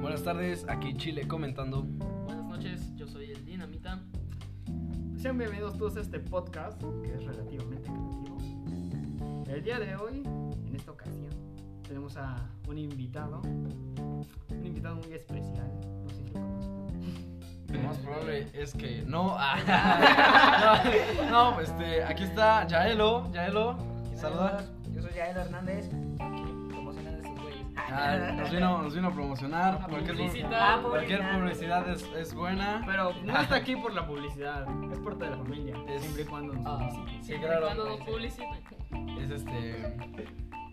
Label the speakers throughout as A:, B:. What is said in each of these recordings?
A: Buenas tardes, aquí Chile comentando.
B: Buenas noches, yo soy el Dinamita. Sean bienvenidos todos a este podcast que es relativamente creativo. El día de hoy, en esta ocasión, tenemos a un invitado, un invitado muy especial. No sé si lo conocen.
A: Lo más probable es que no. Ah, no, no, este, aquí está Yaelo. Yaelo, saluda.
C: Yo soy Yael Hernández. Promocionando estos güeyes.
A: Ah, nos, vino, nos vino a promocionar.
B: A
A: Cualquier,
B: publicitar.
A: pu- cualquier publicidad es, es buena.
B: Pero no está aquí por la publicidad, es parte de la familia,
A: Es-
B: siempre y cuando nos
C: Ah,
B: publiciten.
A: Sí, claro.
D: Cuando nos publicitan.
A: Es este.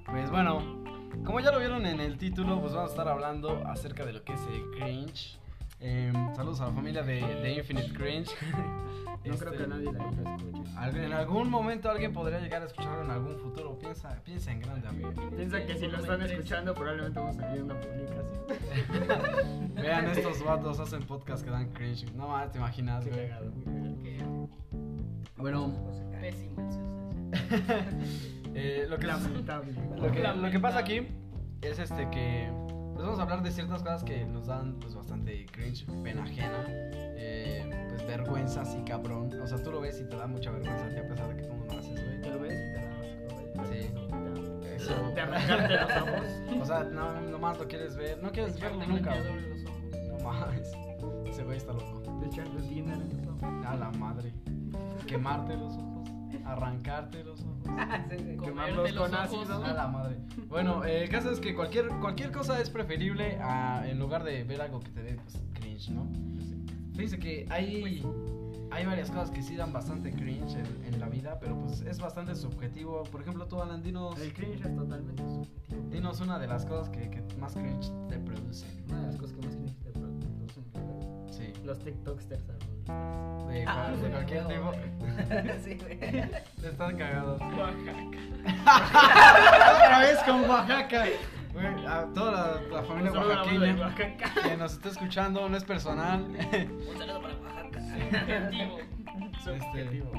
A: Pues bueno, como ya lo vieron en el título, pues vamos a estar hablando acerca de lo que es el cringe. Eh, saludos a la familia de, de Infinite Cringe.
B: No
A: Este, ah,
B: creo que nadie la lo escuche.
A: Algu- En algún momento alguien podría llegar a escucharlo en algún futuro. Piensa, piensa en grande, amigo.
B: Piensa
A: este,
B: que si lo están
D: Volumen tres.
B: escuchando probablemente vamos a salir una publicación.
A: Vean, estos vatos hacen podcast que dan cringe. No mames, te imaginas,
B: Qué
A: güey.
B: cagado, muy cagado.
A: Bueno,
D: Pésimo el suceso.
A: eh, lo, que
B: Lamentable.
A: lo, que, lo que pasa aquí es este que. Pues vamos a hablar de ciertas cosas que nos dan pues bastante cringe, pena ajena, eh, pues vergüenza, sí, cabrón. O sea, tú lo ves y te da mucha vergüenza a ti, a pesar de que tú no lo haces, güey.
B: Te lo ves y te da asco, güey.
A: Sí. Eso.
B: De arrancarte los ojos.
A: O sea, no, nomás lo quieres ver. No quieres verlo
D: Echarte
A: nunca.
D: bloqueador
A: güey.
D: en los ojos.
A: No mames. Ese güey está loco.
B: De echarte dinero en los ojos.
A: A la madre. Quemarte los ojos. Arrancarte los ojos.
B: Quemarlos
D: Comerte los
B: con
D: ojos.
B: ácido.
A: A la madre. Bueno, eh, el caso es que cualquier, cualquier cosa es preferible a- en lugar de ver algo que te dé pues, cringe, ¿no? Fíjense que
D: Pues
A: hay, hay varias cosas que sí dan bastante cringe en, en la vida, pero pues es bastante subjetivo. Por ejemplo, tú, Alan, dinos,
B: El cringe es totalmente subjetivo.
A: dinos una de las cosas que, que más cringe te producen.
B: Una de las cosas que más cringe te producen
A: Sí.
B: los TikToksters.
A: De,
D: Ah,
A: cual- de cualquier tipo.
C: Sí, güey.
A: Están cagados.
D: Oaxaca.
A: Otra vez con Oaxaca. Güey, a toda la, la familia oaxaqueña
B: Oaxaca.
A: que nos está escuchando, no es personal.
C: Un saludo para Oaxaca.
D: Subjetivo.
B: Subjetivo.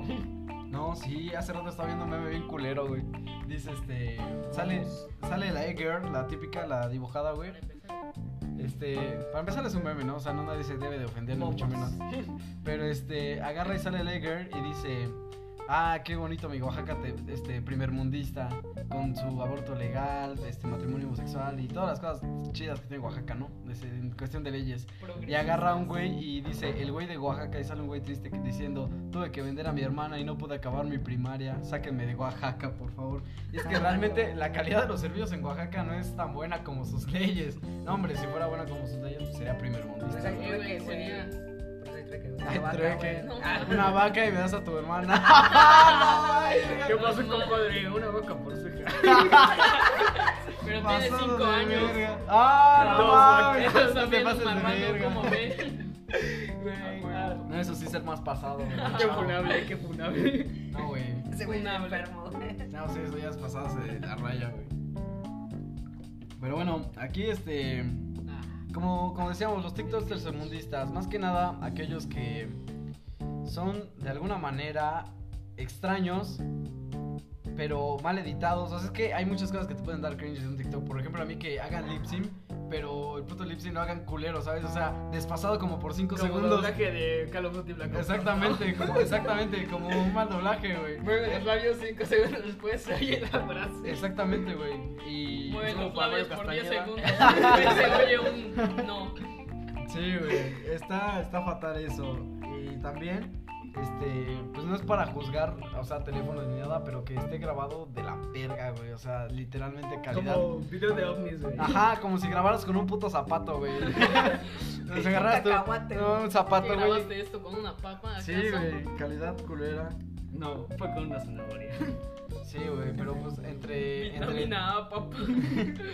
A: No, sí, hace rato estaba viendo un meme bien culero, güey. Dice este. Sale, sale la E-Girl, la típica, la dibujada, güey.
D: Para empezar.
A: Este. Para empezar es un meme, ¿no? O sea, no nadie se debe de ofender, ni mucho menos. Pero este. Agarra y sale la E-Girl y dice. Ah, qué bonito mi Oaxaca, te- este, primermundista, con su aborto legal, este, matrimonio homosexual y todas las cosas chidas que tiene Oaxaca, ¿no? Desde- en cuestión de leyes. Y agarra a un güey y dice, el güey de Oaxaca, y sale un güey triste que- diciendo, tuve que vender a mi hermana y no pude acabar mi primaria, sáquenme de Oaxaca, por favor. Y es que
D: Ah,
A: realmente la calidad de los servicios en Oaxaca no es tan buena como sus leyes. No, hombre, si fuera buena como sus leyes, pues sería primer
C: Pues
A: mundista.
C: hay
A: ¿no?
D: güey,
C: trueque, güey.
D: sería-
C: Pues hay trueque, güey.
A: Ay,
C: Una vaca,
A: trueque.
C: güey. Ah,
D: No.
A: Una vaca y me das a tu hermana. Ay,
B: ¿Qué pasó, compadre? Una vaca por su hija.
D: Pero tiene
A: pasado
D: 5
A: de
D: años.
A: verga. Ah, no,
B: Dos
A: mames,
D: Eso
A: no te
D: también
A: pases de
D: mamando
A: verga. Ah,
D: como ve. ah.
A: No, eso sí es ser más pasado. güey.
B: Qué funable, qué funable.
A: No, güey.
C: Ese güey está
D: Una-
C: enfermo.
A: No, sí, eso ya es pasado de la raya, güey. Pero bueno, aquí este. Como, como decíamos, los TikToks tercermundistas, más que nada aquellos que son de alguna manera extraños, pero mal editados. O sea, es que hay muchas cosas que te pueden dar cringe en un TikTok. Por ejemplo, a mí que hagan lip sync, pero el puto lip sync lo hagan culero, ¿sabes? O sea, desfasado como por 5
B: Como
A: segundos.
B: doblaje de Call of Duty Black Ops.
A: Exactamente, como, exactamente, como un mal doblaje, güey.
B: Mueve los labios 5 segundos después, se oye la frase.
A: Exactamente, güey. Y.
D: Mueve
B: Solo
D: los
B: para
D: labios
B: Mario
D: por 10 segundos.
B: Castañeda.
D: Se oye un no.
A: Sí, güey. Está, está fatal eso. Y también, este, pues no es para juzgar, o sea, teléfonos ni nada, pero que esté grabado de la verga, güey. O sea, literalmente calidad.
B: Como video de ovnis, güey.
A: Ajá, como si grabaras con un puto zapato, güey. Nos agarras tú.
C: Cacahuate,
A: no, un zapato,
D: ¿Qué
A: güey.
D: grabaste esto con una papa?
A: Sí,
D: ¿Acaso?
A: güey. Calidad culera.
B: No, fue con una zanahoria.
A: Sí, güey, pero pues entre. entre
D: Vitamina A, papá.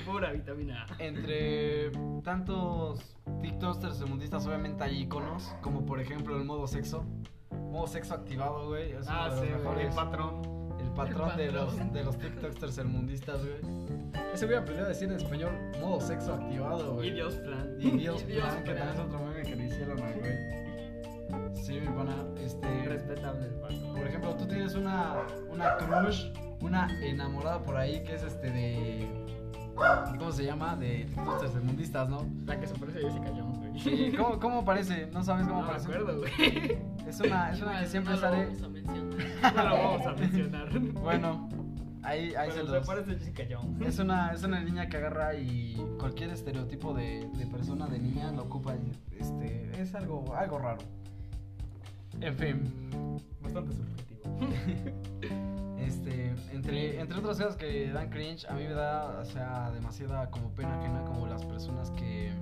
B: Pura vitamina A.
A: entre tantos TikToks tercermundistas, obviamente hay iconos, como por ejemplo el modo sexo. Modo sexo activado, güey. Es
E: Ah,
A: uno de los mejores.
B: el Ah, patrón.
A: El patrón,
D: El
A: de
D: patrón.
A: los, de los TikToks tercermundistas, güey. Ese voy a aprender a decir en español modo sexo activado,
B: Y
A: güey.
B: Dios plan.
A: Y Dios,
D: Y Dios
A: plan, que
D: plan.
A: también es otro meme que le hicieron al güey. Sí, mi pana. Este,
B: Respetable el patrón.
A: por ejemplo, tú tienes una, una crush, una enamorada por ahí que es este de. ¿Cómo se llama? De los tercermundistas, ¿no?
E: La que se parece a Jessica Jones, güey.
A: ¿Cómo, ¿Cómo parece? ¿No sabes cómo
E: No me
A: parece?
E: acuerdo, güey.
A: Es una, es una que
D: Igual,
A: siempre
D: no lo
A: sale.
D: vamos a mencionar.
E: No lo vamos a mencionar.
A: Bueno, ahí, ahí se
E: Pero
A: los.
E: se parece a Jessica Jones. ¿eh?
A: Es una, es una niña que agarra y cualquier estereotipo de, de persona, de niña, lo ocupa. y, Este, es algo, algo raro. En fin,
E: Bastante subjetivo.
A: este, entre, entre otras cosas que dan cringe, a mí me da, o sea, demasiada como pena ajena, como las personas que...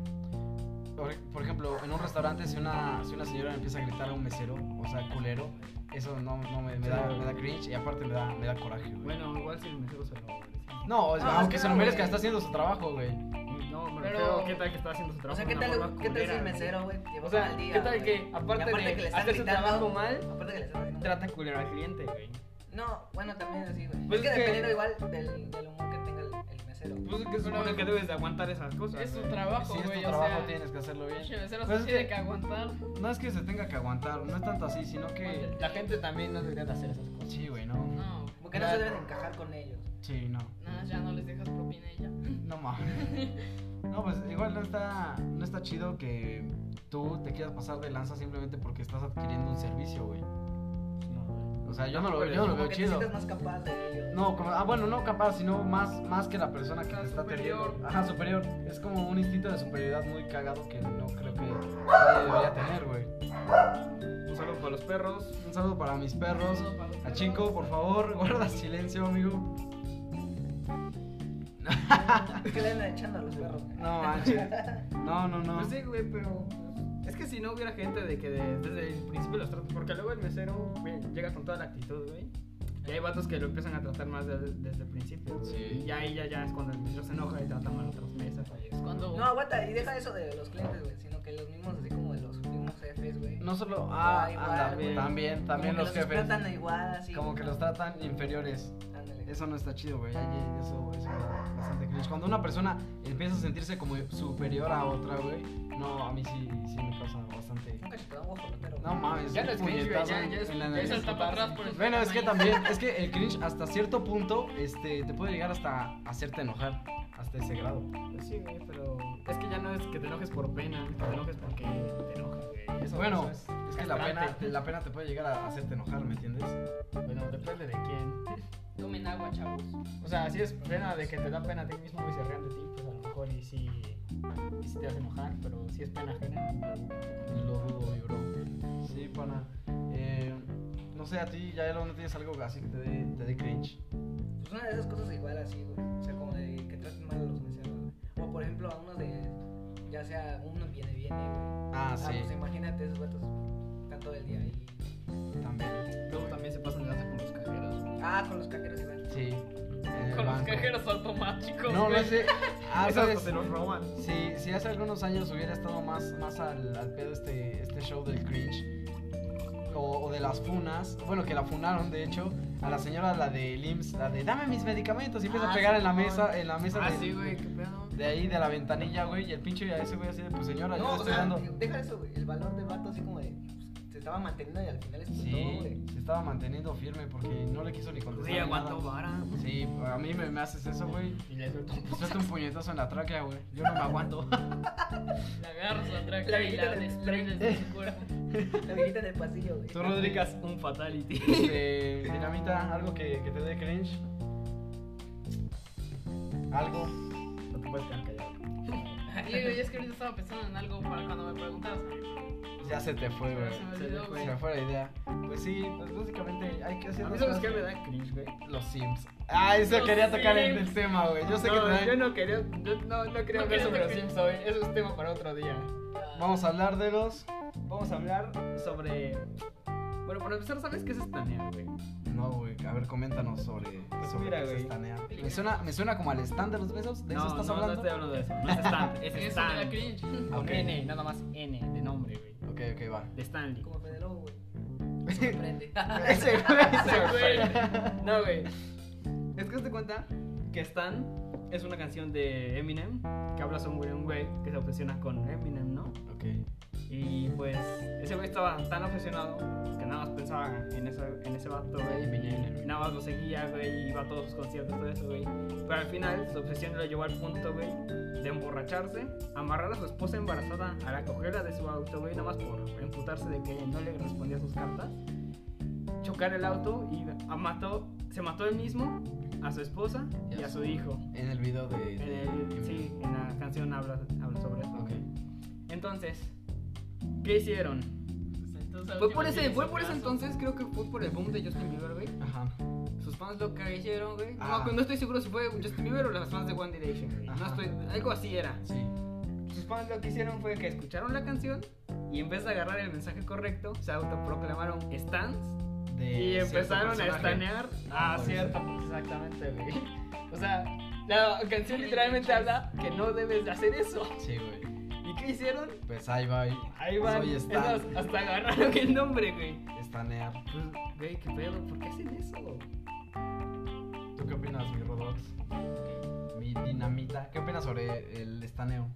A: Por, por ejemplo, en un restaurante, si una, si una señora empieza a gritar a un mesero, o sea, culero, eso no, no me, me da, me da cringe y aparte me da, me da coraje, güey.
E: Bueno, igual si el mesero se lo merece.
A: No, o sea,
C: Ah,
A: aunque se lo
C: claro,
A: merezca,
C: güey.
A: está haciendo su trabajo, güey.
E: No, me
C: Pero-
E: refiero, ¿qué tal que está haciendo su
C: O
E: trabajo?
C: sea, ¿qué
E: de
C: tal,
E: una forma
C: qué tal si el
E: culera,
C: mesero, güey?
E: güey?
C: Lleva
E: O sea,
C: al día,
E: ¿qué tal
C: güey?
E: que, aparte,
C: Y aparte que
E: de
C: le están
E: hacer su
C: gritando-
E: trabajo mal,
C: Aparte que le están haciendo-
E: trata culero al cliente, güey?
C: No, bueno, también así, güey.
E: Pues
C: es
E: es
C: que
E: que-
C: dependiendo igual del, del humor que tenga el, el mesero.
E: Pues es que
D: Pero-
E: supone que debes de aguantar esas cosas.
D: Es su
E: güey.
D: trabajo,
A: si es tu
D: güey. O
A: trabajo,
D: sea,
A: tienes que hacerlo bien.
D: pinche mesero
A: Pues
D: se
A: es
D: tiene
A: que-
D: que aguantar.
A: No es que se tenga que aguantar, no es tanto así, sino que.
F: La gente también no debería de hacer esas cosas.
A: Sí, güey, no.
D: No,
C: Porque no se deben encajar con ellos.
A: Sí, no.
D: nada, ya no les dejas propina y ya.
A: No mames. No, pues igual no está, no está chido que tú te quieras pasar de lanza simplemente porque estás adquiriendo un servicio, güey. O sea, yo no lo, yo no lo
C: Como
A: veo
C: que
A: chido.
C: te sientas más capaz de ellos.
A: No, como- ah, bueno, no capaz, sino más, más que la persona que
D: Ah,
A: te está
D: superior.
A: teniendo. Ajá, superior. Es como un instinto de superioridad muy cagado que no creo que nadie debería tener, güey.
E: Un saludo para los perros.
A: Un saludo para mis perros.
D: Todo para los
A: A
D: perros.
A: Chinco, por favor, guarda silencio, amigo.
C: Es que le andan echando a los perros. güey.
A: No, manches. No, no, no.
E: Pues sí, güey, pero. pues, Es que si no hubiera gente de que de- desde el principio los trata. Porque luego el mesero güey, llega con toda la actitud, güey. Y hay vatos que lo empiezan a tratar más de- desde el principio. güey.
A: Sí.
E: Y ya ahí ya, ya es cuando el mesero se enoja y trata mal otras mesas. güey.
D: Es cuando.
C: No, aguanta, y deja eso de los clientes, güey, sino que los mismos, así como de los mismos jefes, güey.
A: No solo. Ah,
C: Ah, igual,
A: anda,
C: güey.
A: también,
C: Como
A: también
C: que
A: los jefes.
C: tratan igual, así.
A: Como que los tratan inferiores.
C: Ándale.
A: Eso no está chido, güey. Ay, ay, Eso, eso me da bastante cringe. Cuando una persona empieza a sentirse como superior a otra, güey. No, a mí sí, sí me causa bastante.
C: Nunca se te da un guajolotero.
A: No mames.
E: Ya no es
A: un
E: cringe, güey,
A: puñetazo
E: ya- ya es-
A: en la
E: ya
A: nariz.
D: Es el tapa atrás por el
A: Bueno, es que
D: tamaño.
A: también, es que el cringe hasta cierto punto este, te puede llegar hasta hacerte enojar, hasta ese grado.
E: Pues sí, güey, pero. Es que ya no es que te enojes por pena, es que te enojes porque te enojas, güey. Eso-
A: Bueno,
E: eso
A: es que la pena,
E: castrante.
A: la pena te puede llegar a hacerte enojar, ¿me entiendes?
F: Bueno, depende de quién.
D: Tomen agua, chavos.
A: Eh,
F: O sea, si es pena de que te da pena a ti mismo y se rían de ti, pues a lo mejor y sí, y sí te hace enojar, pero si es pena ajena,
A: Lo dudo, mi bro. Sí, pana. Eh, no sé, a ti, ya no tienes algo así que te dé te dé cringe.
C: Pues una de esas cosas igual así, güey. O sea, como de que traten mal a los meseros, güey. O por ejemplo, a uno de. Ya sea uno viene, viene, güey.
A: Ah,
C: Ah,
A: sí,
C: pues imagínate esos vatos. Están todo el día ahí.
A: también.
E: Luego también se pasan de lanza con los cajeros. güey.
C: Ah, con los cajeros igual.
A: Sí. en el
D: Con los
A: Eh, banco.
D: cajeros automáticos.
A: No, no
D: güey.
A: sé. Ah,
E: Esos
A: Hace,
E: hasta se los roban.
A: si, si hace algunos años hubiera estado más, más al, al pedo este, este show del cringe. O, o de las funas. Bueno, que la funaron, de hecho. A la señora, la de IMSS, la de dame mis medicamentos. Y empieza a
E: Ah,
A: pegar en la
E: Simón.
A: mesa, en la mesa
E: Ah,
A: de,
E: sí, güey, qué pedo.
A: de ahí, de la ventanilla, güey. Y el pinche a ese güey así de, pues señora, yo
C: No,
A: le
C: o
A: estoy
C: sea,
A: dando.
C: deja eso, güey. El valor del vato así como de. pues, se estaba manteniendo y al final explotó,
A: Sí,
C: güey.
A: se estaba manteniendo firme porque no le quiso ni contestar.
E: Sí,
A: ni
E: aguantó
A: nada.
E: vara.
A: Sí, a mí me, me haces eso, güey.
F: y le suelto un
A: Te Suelta un puñetazo en la tráquea, güey. Yo no me aguanto.
D: La agarras, la traes
C: La
D: y la
C: viejita de-
D: desprendes de su cuerpo.
C: La viejita en el pasillo, güey.
E: Tú, Rodríguez, un fatality.
A: Este, dinamita, algo que, que te dé cringe. Algo.
E: No te puedes quedar callado. Ah,
D: Digo, yo es que ahorita estaba pensando en algo para cuando me preguntabas.
A: pues Ya se te fue,
D: Pero
A: güey.
D: se me
E: Se
D: olvidó,
E: me
A: Se
D: güey.
A: me fue la idea. Pues sí, pues básicamente hay que hacer
E: A mí
A: las
E: sabes
A: cosas-
E: qué me da cringe, güey.
A: Los Sims. Ah, eso
D: Los
A: quería tocar en
D: Sims.
A: el tema, güey. Yo sé
E: no,
A: que te dan-
E: yo no quería, yo no, no quería
D: No
E: hablar
D: quería
E: sobre los
D: tocar.
E: Sims hoy. Eso es tema para otro día.
A: ¿eh? Vamos a hablar de los.
E: Vamos a hablar sobre. Bueno, para empezar, ¿sabes qué es estanear, güey?
A: No, güey. A ver, coméntanos sobre. sobre
E: Pues mira,
A: qué se
E: güey.
A: estanea. Me suena, me suena como al stand de los besos. ¿De
E: no,
A: eso estás
E: no,
A: hablando?
E: no estoy hablando de eso. No es stand, es
D: Eso me da
E: stand.
D: cringe.
A: Ah,
E: Con
A: ok.
E: N, nada más N de nombre, güey.
A: Ok, ok, va.
E: De Stanley.
C: Como Fede Lobo, güey.
A: Ese
C: Prende.
A: güey,
D: Ese güey.
E: No, güey. Es que te cuenta que Stan es una canción de Eminem que habla sobre un güey que se obsesiona con Eminem, ¿no?
A: Ok.
E: Y pues ese güey estaba tan obsesionado que nada más pensaba en, eso, en ese vato, güey. Y nada más lo seguía, güey, y iba a todos sus conciertos, todo eso, güey. Pero al final su obsesión lo llevó al punto, güey, de emborracharse, amarrar a su esposa embarazada a la cojera de su auto, güey, nada más por emputarse de que no le respondía sus cartas. Chocar el auto y a- mató, se mató él mismo a su esposa y, a su hijo.
A: En el video de.
E: En el- sí, en la canción habla, habla sobre eso.
A: Ok.
E: Entonces, ¿qué hicieron?
D: Pues Entonces,
E: Fue por ese, fue por ese entonces, creo que fue por el boom de Justin Bieber, güey.
G: Ajá.
E: Sus fans lo que hicieron, güey. No,
A: Ah.
E: me acuerdo, no estoy seguro si fue Justin Bieber o las fans de One Direction, güey. No
G: Ajá.
E: estoy, algo así era.
A: Sí.
E: Sus fans lo que hicieron fue que escucharon la canción y en vez de agarrar el mensaje correcto, se autoproclamaron stans
A: De
E: y
A: cierto
E: empezaron a
A: personaje.
E: estanear
G: Ah,
A: Por
G: cierto, exactamente, güey. O sea, la canción literalmente habla que no debes de hacer eso.
A: Sí, güey.
G: ¿Y qué hicieron?
A: Pues ahí va. ahí.
G: Ahí van.
A: Soy
G: es
A: Stan.
G: más, hasta agarrar.
E: Raro que el nombre, güey.
A: Estanear.
E: Pues, güey, qué pedo, ¿por qué hacen eso?
A: ¿Tú qué opinas, mi Rodox? Mi dinamita. ¿Qué opinas sobre el estaneo?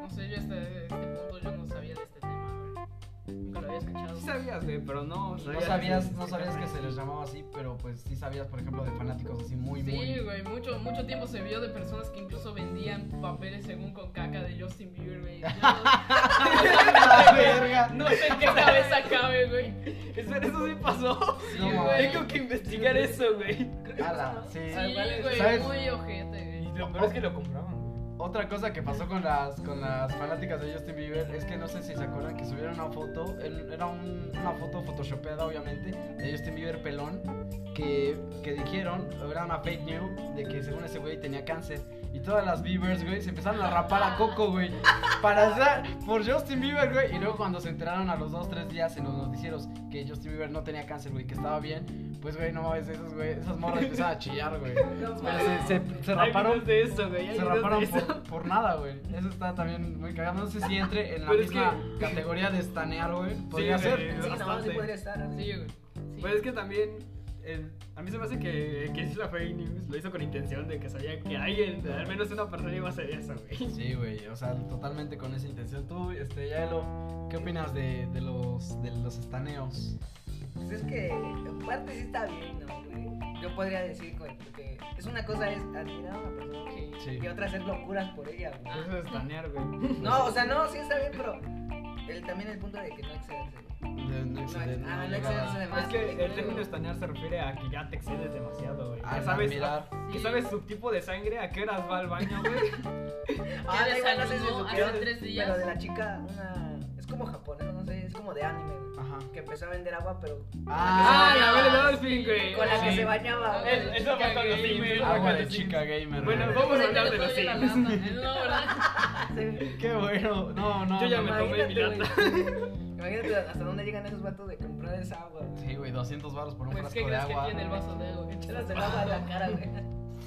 D: No sé, yo hasta este punto yo no sabía de este tema, güey. Nunca lo había escuchado.
E: Sí sabías, güey, pero no.
A: No sabías, no sabías que se les llamaba así, pero pues sí sabías, por ejemplo, de fanáticos así muy,
D: Sí,
A: muy.
D: güey, mucho, mucho tiempo se vio de personas que incluso vendían papeles según con caca de Justin Bieber, güey. Yo
A: ¡Ah, verga!
D: No, no sé en qué cabeza cabe, güey.
E: Espera, eso sí pasó.
A: Sí,
D: güey.
A: güey.
E: Tengo que investigar eso, güey.
A: eh, Ala, sí.
D: Sí, güey,
A: ¿Sabes?
D: muy ojete,
G: Y
D: güey.
G: lo peor es que lo compraban.
A: Otra cosa que pasó con las, con las fanáticas de Justin Bieber es que no sé si se acuerdan que subieron una foto, en- era un- una foto photoshopeada obviamente, de Justin Bieber pelón, que, que dijeron, era una fake news, de que según ese güey tenía cáncer. Y todas las Biebers, güey, se empezaron a rapar a Coco, güey. Para hacer, por Justin Bieber, güey. Y luego cuando se enteraron a los dos, tres días en los noticieros que Justin Bieber no tenía cáncer, güey, que estaba bien. Pues, güey, no mames, esos, güey, esas morras empezaron a chillar, güey.
E: Ah,
A: Pero se, se, se
E: Hay
A: raparon
E: videos de eso, güey. hay
A: se
E: videos de
A: raparon
E: eso.
A: por, por nada, güey. Eso está también muy cagado. No sé si entre en la
E: Pero es
A: misma categoría de estanear, güey. Podría
E: Sí,
A: ser.
E: güey,
C: Sí, no, sí
E: bastante.
C: podría estar. así.
D: Sí, güey. Sí.
E: Pues es que también. el- a mí se me hace que, que es la fake news. Lo hizo con intención de que sabía que alguien, al menos una persona, iba a hacer eso, güey.
A: Sí, güey. O sea, totalmente con esa intención. Tú, este, Yaelo, ¿qué opinas de, de los, de los estaneos?
C: Pues es que en parte sí está bien, ¿no, güey? Yo podría decir, güey, porque es una cosa es admirar a una persona
D: Sí.
A: Sí.
C: y otra hacer locuras por ella, güey.
D: Eso
E: es estanear, güey.
C: No, o sea, no, sí está bien, pero el- también el punto de que no excederse, güey.
A: De- no
C: No,
A: exceder,
C: ex-
A: no
C: ah, no
A: llegar a-
C: excederse de más.
E: Es que el
C: güey.
E: término estanear se refiere a que ya te excedes demasiado, güey.
A: a
E: Ya sabes,
A: admirar.
E: que sabes su tipo de sangre, a qué horas va al baño, güey.
C: Ah, da igual, no sé si
D: desayunó
C: supieron,
D: hace tres días.
C: Pero de la chica, una. Es como japonesa, no sé, es como de anime, güey.
A: Ajá.
C: Que empezó a vender agua, pero
E: Ah,
A: Ah,
E: la Belle
D: sí.
E: Dolphin, güey.
C: con la que
A: Sí.
C: se bañaba,
D: Ah,
C: güey.
D: el-
G: Eso va con los
D: Gamer.
G: Sims.
E: Ah,
A: agua de chica gamer.
E: Bueno,
A: güey.
E: vamos a hablar de los
D: Ahorita Pues, le
E: Sims.
D: doy la lata. No, ¿verdad?
C: Ah, Sí.
A: Qué bueno. No, no.
E: Yo ya
A: no.
E: me tomé mi
C: Imagínate, güey.
E: lata.
C: Imagínate hasta dónde llegan esos vatos de comprar esa agua, güey.
A: Sí, güey, 200 baros por un
D: Pues,
A: frasco
D: ¿qué
A: de
D: crees que
A: agua.
D: tiene el vaso de agua?
C: Echarse el agua a la cara, güey.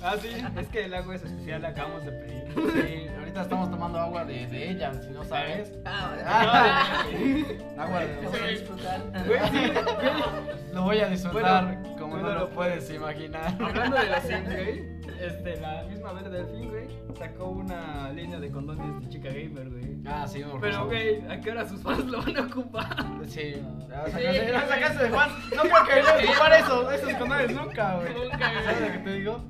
E: Ah, sí, es que el agua es especial, la acabamos de pedir.
A: Sí, ahorita estamos tomando agua de, de ella, si no sabes.
C: Ah,
A: Ah, agua de
C: vamos a disfrutar.
E: Güey, sí,
A: Lo voy a disfrutar como
E: bueno,
A: no lo
E: lo-
A: puedes imaginar.
E: Hablando de los Sims, güey, este, la misma Verde Delfín, güey, sacó una línea de condones de este chica gamer, güey.
A: Ah, sí, por
E: Pero,
A: favor.
E: güey, ¿a qué hora sus fans lo van a ocupar?
A: Sí, ya
D: Sí,
A: sacaste, ya
D: güey.
A: sacaste de Juan. No creo que venga a ocupar eso, esos canales nunca, güey.
D: Nunca, güey.
A: ¿Sabes lo que te digo?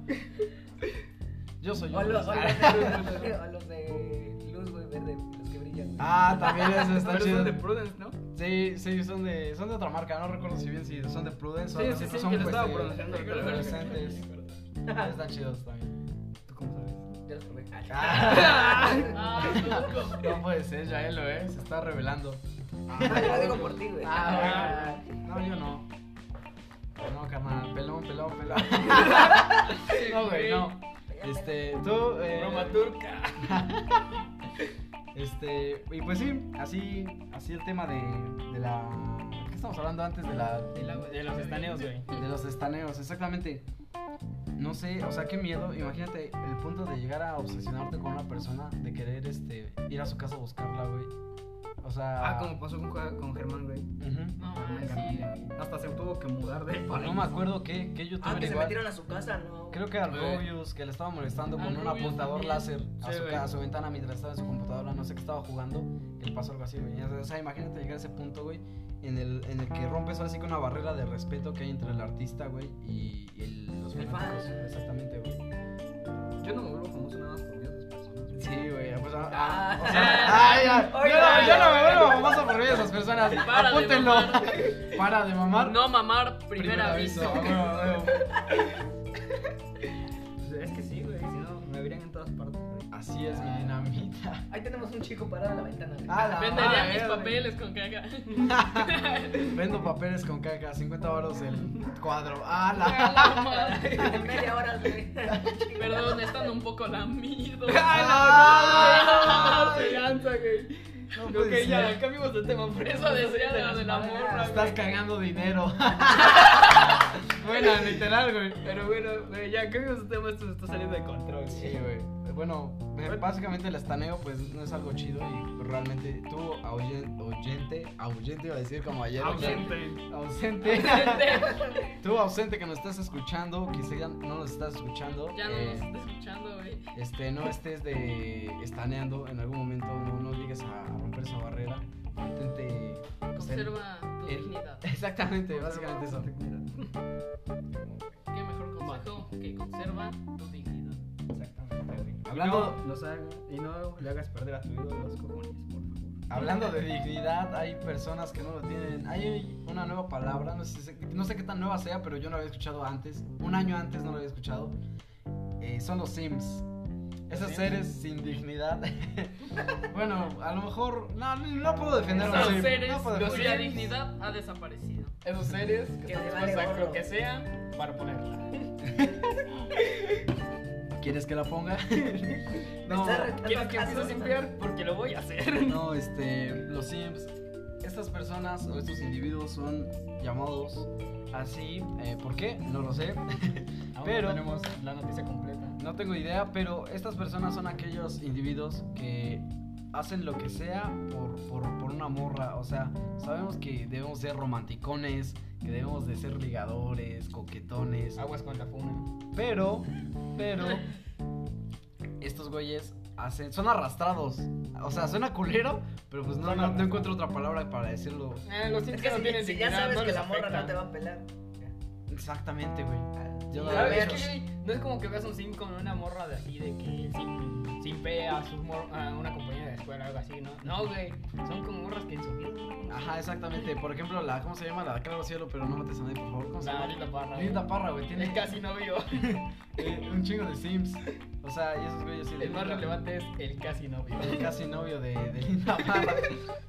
A: Yo soy yo.
C: O los, o
A: Ah,
C: los de, o los de luz, güey, verde, los que brillan. güey.
A: Ah, también eso está
E: Pero
A: chido.
E: son de Prudence, ¿no?
A: Sí, sí, son de, son de otra marca, no recuerdo si bien si son de Prudence o
E: Sí,
A: algo
E: sí,
A: así,
E: sí,
A: pero son
E: que lo estaba
A: pues, de-
E: pronunciando,
A: de adolescentes. Están chidos también.
E: ¿Tú cómo sabes?
C: Ya los probé.
A: Ah,
D: Ah, loco.
A: no puede ser, Yaelo, eh, se está revelando.
C: Yo lo digo por ti, güey.
A: Ah, No, yo no. No, carnal, pelón, pelón, pelón. No, güey, no.
C: Ah,
A: Este, tú. Eh,
G: Broma turca.
A: Este, y pues sí, así, así el tema de, de la. ¿Qué estamos hablando antes de la.
D: El agua
G: De los estaneos, güey.
A: De los estaneos, exactamente. No sé, o sea, qué miedo. Imagínate el punto de llegar a obsesionarte con una persona, de querer este, ir a su casa a buscarla, güey. O sea.
B: Ah, como pasó con, con Germán, güey.
A: ujú.
E: Ah,
D: No, mames, sí, güey.
B: Hasta se tuvo que mudar de
A: No me acuerdo qué, qué youtuber
C: Ah, que se
A: igual.
C: metieron a su casa, ¿no?
A: Creo que al
B: Güey.
A: Rubius, que le estaba molestando con
D: Al
A: un
D: Rubius
A: apuntador
D: también.
A: láser a
B: Sí,
A: su,
B: güey.
A: ca- a su ventana mientras estaba en su computadora, no sé qué estaba jugando, que le pasó algo así, güey. O sea, imagínate llegar a ese punto, güey, en el, en el que rompes ahora sí que una barrera de respeto que hay entre el artista, güey, y, y el- los
C: El fan.
A: fanáticos. Exactamente, güey.
B: Yo no me vuelvo famoso nada más por mí a esas personas. güey.
A: Sí, güey, pues, ah,
C: Ah.
A: o sea, ay, ay,
C: Oye,
A: yo no-
C: ay,
A: yo no me
C: ay,
A: vuelvo famoso por mí de esas personas.
D: Para de
A: Apúntenlo.
D: mamar.
A: Para de mamar.
D: No mamar, primer aviso.
A: a huevo, a huevo.
B: Pues Es que sí, güey. Si no, me verían en todas partes, güey.
A: Así es mi dinamita.
C: Ahí tenemos un chico parado en la ventana. güey.
A: A Ah, la
D: Vendería
A: madre,
D: mis
A: güey.
D: papeles con caca.
A: Vendo papeles con caca, 50 varos el cuadro. ¡Ah, la!
D: La madre.
C: En media hora, güey.
D: Perdón, están un poco lamidos.
A: ¡Ah,
D: Se lanza, güey.
A: No
D: Ok,
A: puede
D: ya,
A: ser.
D: cambiamos de tema. Por eso decía de lo de la morra,
A: Estás
D: güey.
A: cagando dinero. bueno, literal, güey.
B: Pero bueno, güey, ya, ¿qué es tema? Esto se está saliendo de control.
A: Sí, güey. Bueno, eh, básicamente el estaneo pues no es algo chido y pues, realmente tú ahuyen- oyente, ahuyente iba a decir como ayer. o sea,
B: Ausente.
A: ausente. tú ausente que nos estás escuchando, quizá ya no nos estás escuchando.
D: Ya no
A: eh,
D: nos está escuchando, güey.
A: este, no estés de estaneando en algún momento, no, no llegues a romper esa barrera, mantente... pues, en-
D: Conserva tu
A: el-
D: dignidad.
A: Exactamente, básicamente eso.
D: Qué mejor consejo que conserva tu dignidad.
B: Exactamente, güey.
A: Hablando-
B: No los hagas y no le hagas perder a tu ídolo los cojones, por favor.
A: Hablando de dignidad, hay personas que no lo tienen. Hay una nueva palabra, no sé, no sé qué tan nueva sea, pero yo no la había escuchado antes. Un año antes no la había escuchado. Eh, son los Sims. Esos seres sin dignidad. bueno, a lo mejor. No, no puedo defender a un
D: Los
A: Sim.
D: seres
A: no puedo
E: los
A: defender.
D: cuya
E: seres-
D: dignidad ha desaparecido.
E: Esos seres que,
C: Que
E: están
C: le
E: dispuestos a
C: vale gorro.
E: lo que sea para ponerla.
A: ¿Quieres que la ponga?
C: Me
A: no,
C: está retando
E: ¿Quieres que
C: casos,
E: empiece a
C: ¿no?
E: limpiar? Porque lo voy a hacer.
A: no, este. Los Sims. Estas personas o estos individuos son llamados así. eh, ¿Por qué? No lo sé.
E: Aún
A: Pero-
E: no tenemos la noticia completa.
A: No tengo idea, pero estas personas son aquellos individuos que hacen lo que sea por, por, por una morra. O sea, sabemos que debemos ser romanticones, que debemos de ser ligadores, coquetones.
E: Aguas con la funa.
A: Pero, pero, estos güeyes hacen, son arrastrados. O sea, suena culero, pero pues no, no, no encuentro otra palabra para decirlo
E: Eh, los
C: Es
E: sims
C: que
E: que no
C: si-
E: tienen
C: si ya
E: dignidad,
C: sabes
E: no
C: que
E: les
C: la morra
E: afecta.
C: no te va a pelar.
A: exactamente, güey. Yo no
E: ¿Sabes?
A: lo había
E: Es que,
A: hecho.
E: güey, no es como que veas un sim con una morra de así, de que sim, simpea a, su mor- a una compañera de escuela o algo así, ¿no? No, güey. Son como morras que en su vida.
A: Ajá, exactamente. Por ejemplo, la, ¿cómo se llama? La Claro Cielo, pero no mates a nadie, por favor. ¿Cómo se
E: La
A: llama?
E: linda parra.
A: Linda Parra, güey. Tiene
E: Es casi novio.
A: Eh, un chingo de Sims. O sea, y esos güeyes sí
E: El más relevante es el casi novio.
A: El casi novio de, de Linda Parra.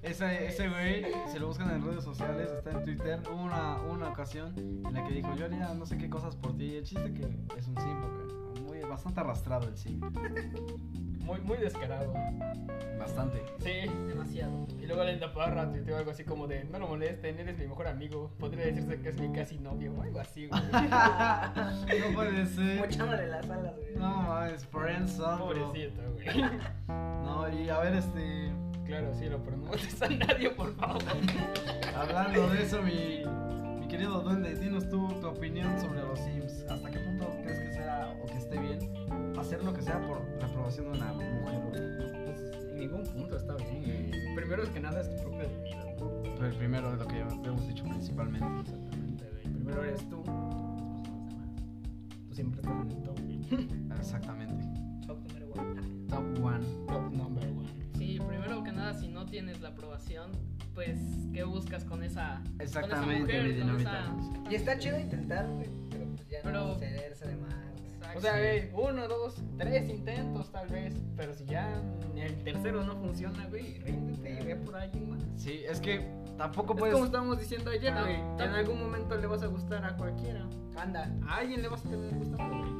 A: Ese, ese güey, se lo buscan en redes sociales, está en Twitter. Hubo una, una ocasión en la que dijo, yo haría no sé qué cosas por ti. Y el chiste que es un Sim, porque muy, bastante arrastrado el Sim.
E: Muy, muy descarado.
A: Bastante.
E: Sí.
D: Demasiado.
E: Y luego Linda Parra tuiteó algo así como de, no lo molesten, eres mi mejor amigo. Podría decirse que es mi casi novio o algo así, güey.
A: No puede ser.
C: Mochándole las alas, güey.
A: No mames, friend zone, bro.
E: Pobrecito, güey.
A: No, y a ver, este.
E: Claro, sí, lo promotes a nadie, por favor.
A: Hablando de eso, mi, mi querido Duende, dinos tú tu opinión sobre los Sims. ¿Hasta qué punto crees que sea o que esté bien hacer lo que sea por la aprobación de una mujer?
E: Pues en ningún punto está bien, güey. Primero es que nada es tu propia dignidad, ¿no?
A: El primero es lo que hemos dicho principalmente.
E: Exactamente, güey. Primero eres tú, Pues, después son los demás. Tú siempre estás en el top, güey.
A: Exactamente.
C: Shock número uno.
A: Top one.
E: Top number one.
D: Sí, primero que nada, si no tienes la aprobación, pues, ¿qué buscas con esa, con esa
A: Exactamente, mi
D: mujer? Con
A: dinamita.
D: esa...
C: Y está chido intentar, güey. Pero pues ya
D: Pero-
C: no cederse de más. güey.
D: Exacto.
E: O sea,
A: Sí.
E: güey, uno, dos, tres intentos tal vez. Pero si ya el tercero no funciona, güey, ríndete y ve por alguien más.
A: Sí, es que tampoco
E: Es
A: puedes.
E: como estábamos diciendo ayer,
D: Ah,
E: güey.
D: tampoco.
E: En algún momento le vas a gustar a cualquiera.
C: Anda.
E: A alguien le vas a tener gustando, güey.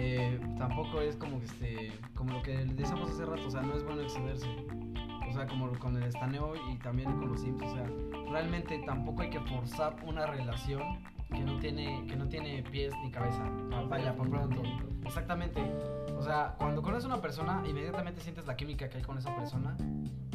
A: eh, tampoco es como que este. Como lo que decíamos hace rato, o sea, no es bueno excederse. O sea, como con el estaneo y también con los Sims. O sea, realmente tampoco hay que forzar una relación que no tiene, que no tiene pies ni cabeza. Ah, Vaya,
C: pues,
A: por pronto. Exactamente. O sea, cuando conoces a una persona, inmediatamente sientes la química que hay con esa persona.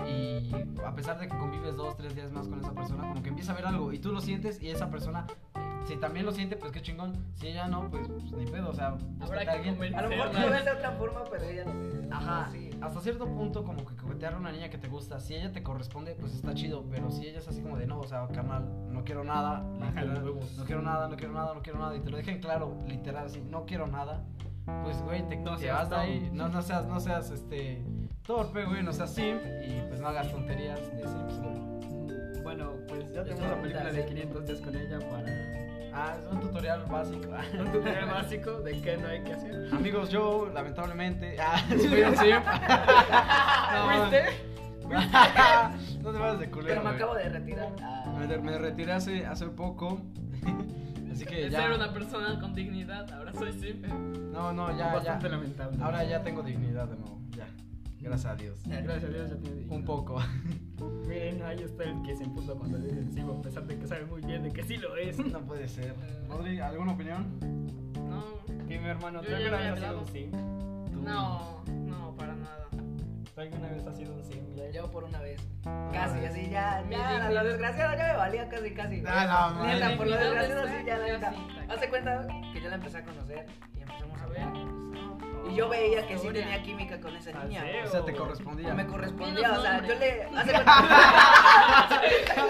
A: Y a pesar de que convives dos, tres días más con esa persona, como que empieza a ver algo y tú lo sientes y esa persona, eh, si también lo siente, pues qué chingón. Si ella no, pues, pues, ni pedo. O sea, búscate
D: que
A: a alguien.
D: convencer.
C: A lo mejor tú lo ves de otra forma, pero ella no ve.
A: Ajá,
C: Sí.
A: hasta cierto punto como que coquetear a una niña que te gusta, si ella te corresponde, pues está chido, pero si ella es así como de no, o sea, carnal, no quiero nada, literal, no quiero nada, no quiero nada, no quiero nada, y te lo dejen claro, literal, así, no quiero nada, pues güey, te, te vas de ahí, no, no seas, no seas, este, torpe, güey, no seas simp, y pues no hagas tonterías de simps, güey.
B: Bueno, pues ya tenemos la película de 500 días con ella para
A: Ah, es un tutorial básico.
B: un tutorial básico de qué no hay que hacer.
A: Amigos, yo, lamentablemente, ah, soy un simp. No, no te vayas de culero,
C: Pero me
A: güey.
C: acabo de retirar. Ah,
A: Me, de- me retiré hace, hace poco. Así que
D: De
A: ya.
D: ser una persona con dignidad, ahora soy eh, simple.
A: No, no, ya, ya.
B: Bastante lamentable.
A: Ahora ya tengo dignidad de nuevo. Ya. Gracias a Dios.
B: Gracias a Dios ya tiene
A: Un poco.
B: Miren, ahí está el que se emputa cuando le dicen sigo, a pesar de que sabe muy bien de que sí lo es.
A: No puede ser. Rodri, ¿alguna opinión?
D: No,
E: Y mi hermano, ¿tú
D: Yo ya
E: alguna
D: me he
E: vez has sido
D: hablado.
E: un sim?
A: Tú.
D: no, no, para nada.
E: ¿Tú alguna vez has sido un sim? Ya,
C: Yo por una vez. Casi, así ya. Ya, la desgraciada ya me valía casi, casi.
A: Ah, no, madre.
C: Neta, por lo
D: Mi dignidad
C: desgraciado sí,
D: está
C: ya la
D: ya
C: neta.
D: así, intacta.
C: Hazte cuenta que yo la empecé a conocer y empezamos a ver.
E: Este
C: Y yo veía que sí
D: Gloria.
C: tenía química con esa niña.
A: O sea, te correspondía.
C: Me correspondía,
D: Dinos
C: o sea,
D: nombres.
C: yo le. Hace cuenta.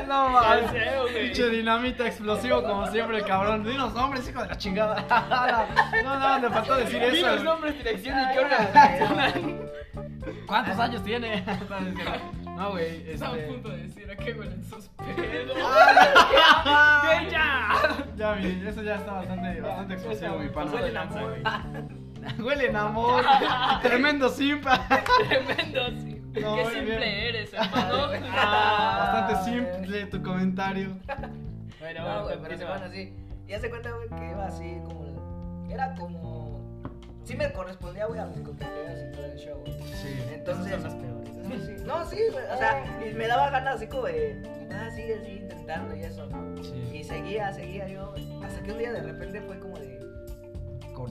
A: No
E: Ah,
A: mames. Pinche dinamita explosivo, como siempre, el cabrón. Dinos nombres, hijo de la chingada. No, no, le faltó decir eso.
E: Dinos nombres, dirección y qué
A: ¿Cuántos años tiene? No, no es cierto. No, güey.
D: Estaba a
A: Este...
D: punto de decir a qué huelen sus pedos.
A: Ah, Ya, mi, eso ya está bastante, bastante explosivo, mi pana.
E: Huele a pues, amor.
A: Huelen a amor. Tremendo simpa.
D: Tremendo, sí.
A: No,
D: Qué
A: muy
D: simple
A: bien.
D: eres, hermano.
A: Bastante simp de tu comentario.
E: Bueno,
C: No, güey,
E: bueno,
C: pero se
E: continúa.
C: van así. Y hace cuenta, güey, que iba así como. Era como. Sí me correspondía, güey, a mis compañeras y todo el show, güey.
A: Sí.
C: Entonces.
B: Esas son las peores.
C: No, sí, No, sí, güey, o sea, y me daba ganas así como de, ah, sí, así intentando y eso, ¿no? Y seguía, seguía yo, hasta que un día de repente fue como de,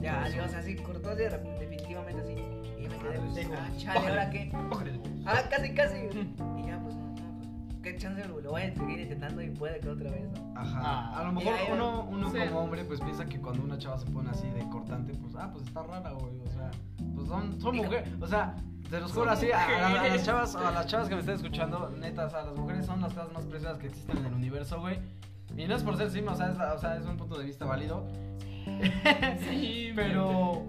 C: ya, adiós, así, cortó así de rep- definitivamente así. Y me quedé,
A: Madres.
C: ah, chale, ¿ahora qué? Ah, casi, casi. Y ya, pues, no, no, pues, qué chance lo lo voy a seguir intentando y puede que otra vez, ¿no?
A: Ajá. A lo mejor
C: Mira,
A: uno, uno
D: sí.
A: como hombre pues piensa que cuando una chava se pone así de cortante, pues ah, pues está rara, güey. O sea, pues son, son mujeres. O sea, te los juro así, a, a- a las chavas, a las chavas que me estén escuchando, neta, o sea, las mujeres son las cosas más preciosas que existen en el universo, güey. Y no es por ser cima, o sea, es, la- o sea, es un punto de vista válido.
D: Sí,
A: Pero,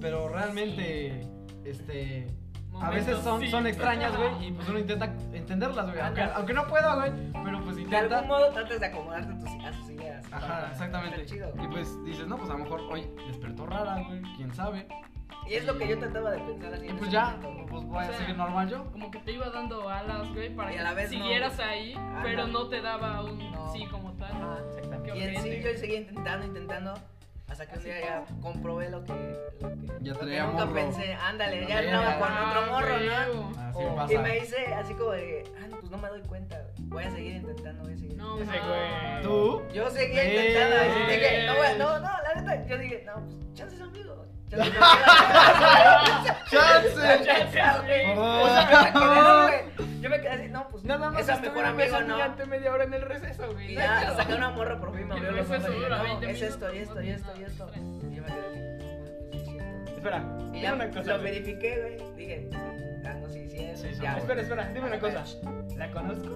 A: pero realmente, este, a
D: momentos
A: veces son,
D: simp.
A: son extrañas, güey, y pues uno intenta entenderlas, güey, aunque, aunque no pueda, güey, pero pues
C: De algún
A: intenta.
C: modo tratas de acomodarte a tus, a sus ideas.
A: Ajá,
C: Está
A: exactamente.
C: chido.
A: Y pues dices, no, pues a lo mejor hoy despertó rara, güey, quién sabe.
C: Y es lo que yo trataba de pensar así.
A: Y
C: en
A: pues
C: ese
A: ya,
C: momento, güey.
A: pues voy
D: O
A: a
D: sea,
A: seguir normal yo.
D: Como que te iba dando alas, güey, para
C: Y a
D: que
C: la vez no.
D: siguieras ahí,
C: Ah,
D: pero
C: no.
D: no te daba un
C: No.
D: sí como tal.
C: Ajá.
E: Exactamente.
D: Qué
C: Y en sí
D: ojete.
C: yo seguía intentando, intentando, hasta que un día ya comprobé lo que, lo que,
A: Ya
C: lo
A: traía
C: que nunca
A: morro.
C: pensé, ándale, ya
A: Ya
C: andaba
A: traía-
C: con otro morro, ¿no?
D: huevo.
A: Así
C: O-
A: pasa.
C: Y me hice así como de, ah, pues no me doy cuenta, güey. voy a seguir intentando, voy a seguir.
D: No,
E: Ese
D: mames.
E: güey.
A: ¿Tú?
C: Yo seguía
A: Ey.
C: intentando, y sí dije, no, güey, no, no, la neta, yo dije, no, pues chances amigo, chances
A: ¡Chance!
C: güey. Yo me quedé así, no, pues
E: Nada más
C: esa
E: estuve
C: mejor amigo,
E: besando
C: no.
E: durante media hora en el receso, güey.
C: Y
E: No
C: ya
E: quiero.
C: saqué una morra por fin, me
D: Y
C: abrió
D: el
C: los ojos
D: proceso
C: y dije,
D: dura
C: no,
D: 20
C: es esto, y
D: minutos,
C: esto, y
D: no
C: esto, y
D: tiene
C: esto.
D: nada que
E: Espera, dime
C: Y yo me quedé así, no, pues, sí es cierto. Y ya
E: una cosa.
C: lo
E: güey.
C: verifiqué, güey. Dije, ah, no, sí, sí es.
A: Sí, son
C: ya,
A: buenos.
E: Espera, espera, dime una cosa. ¿La conozco?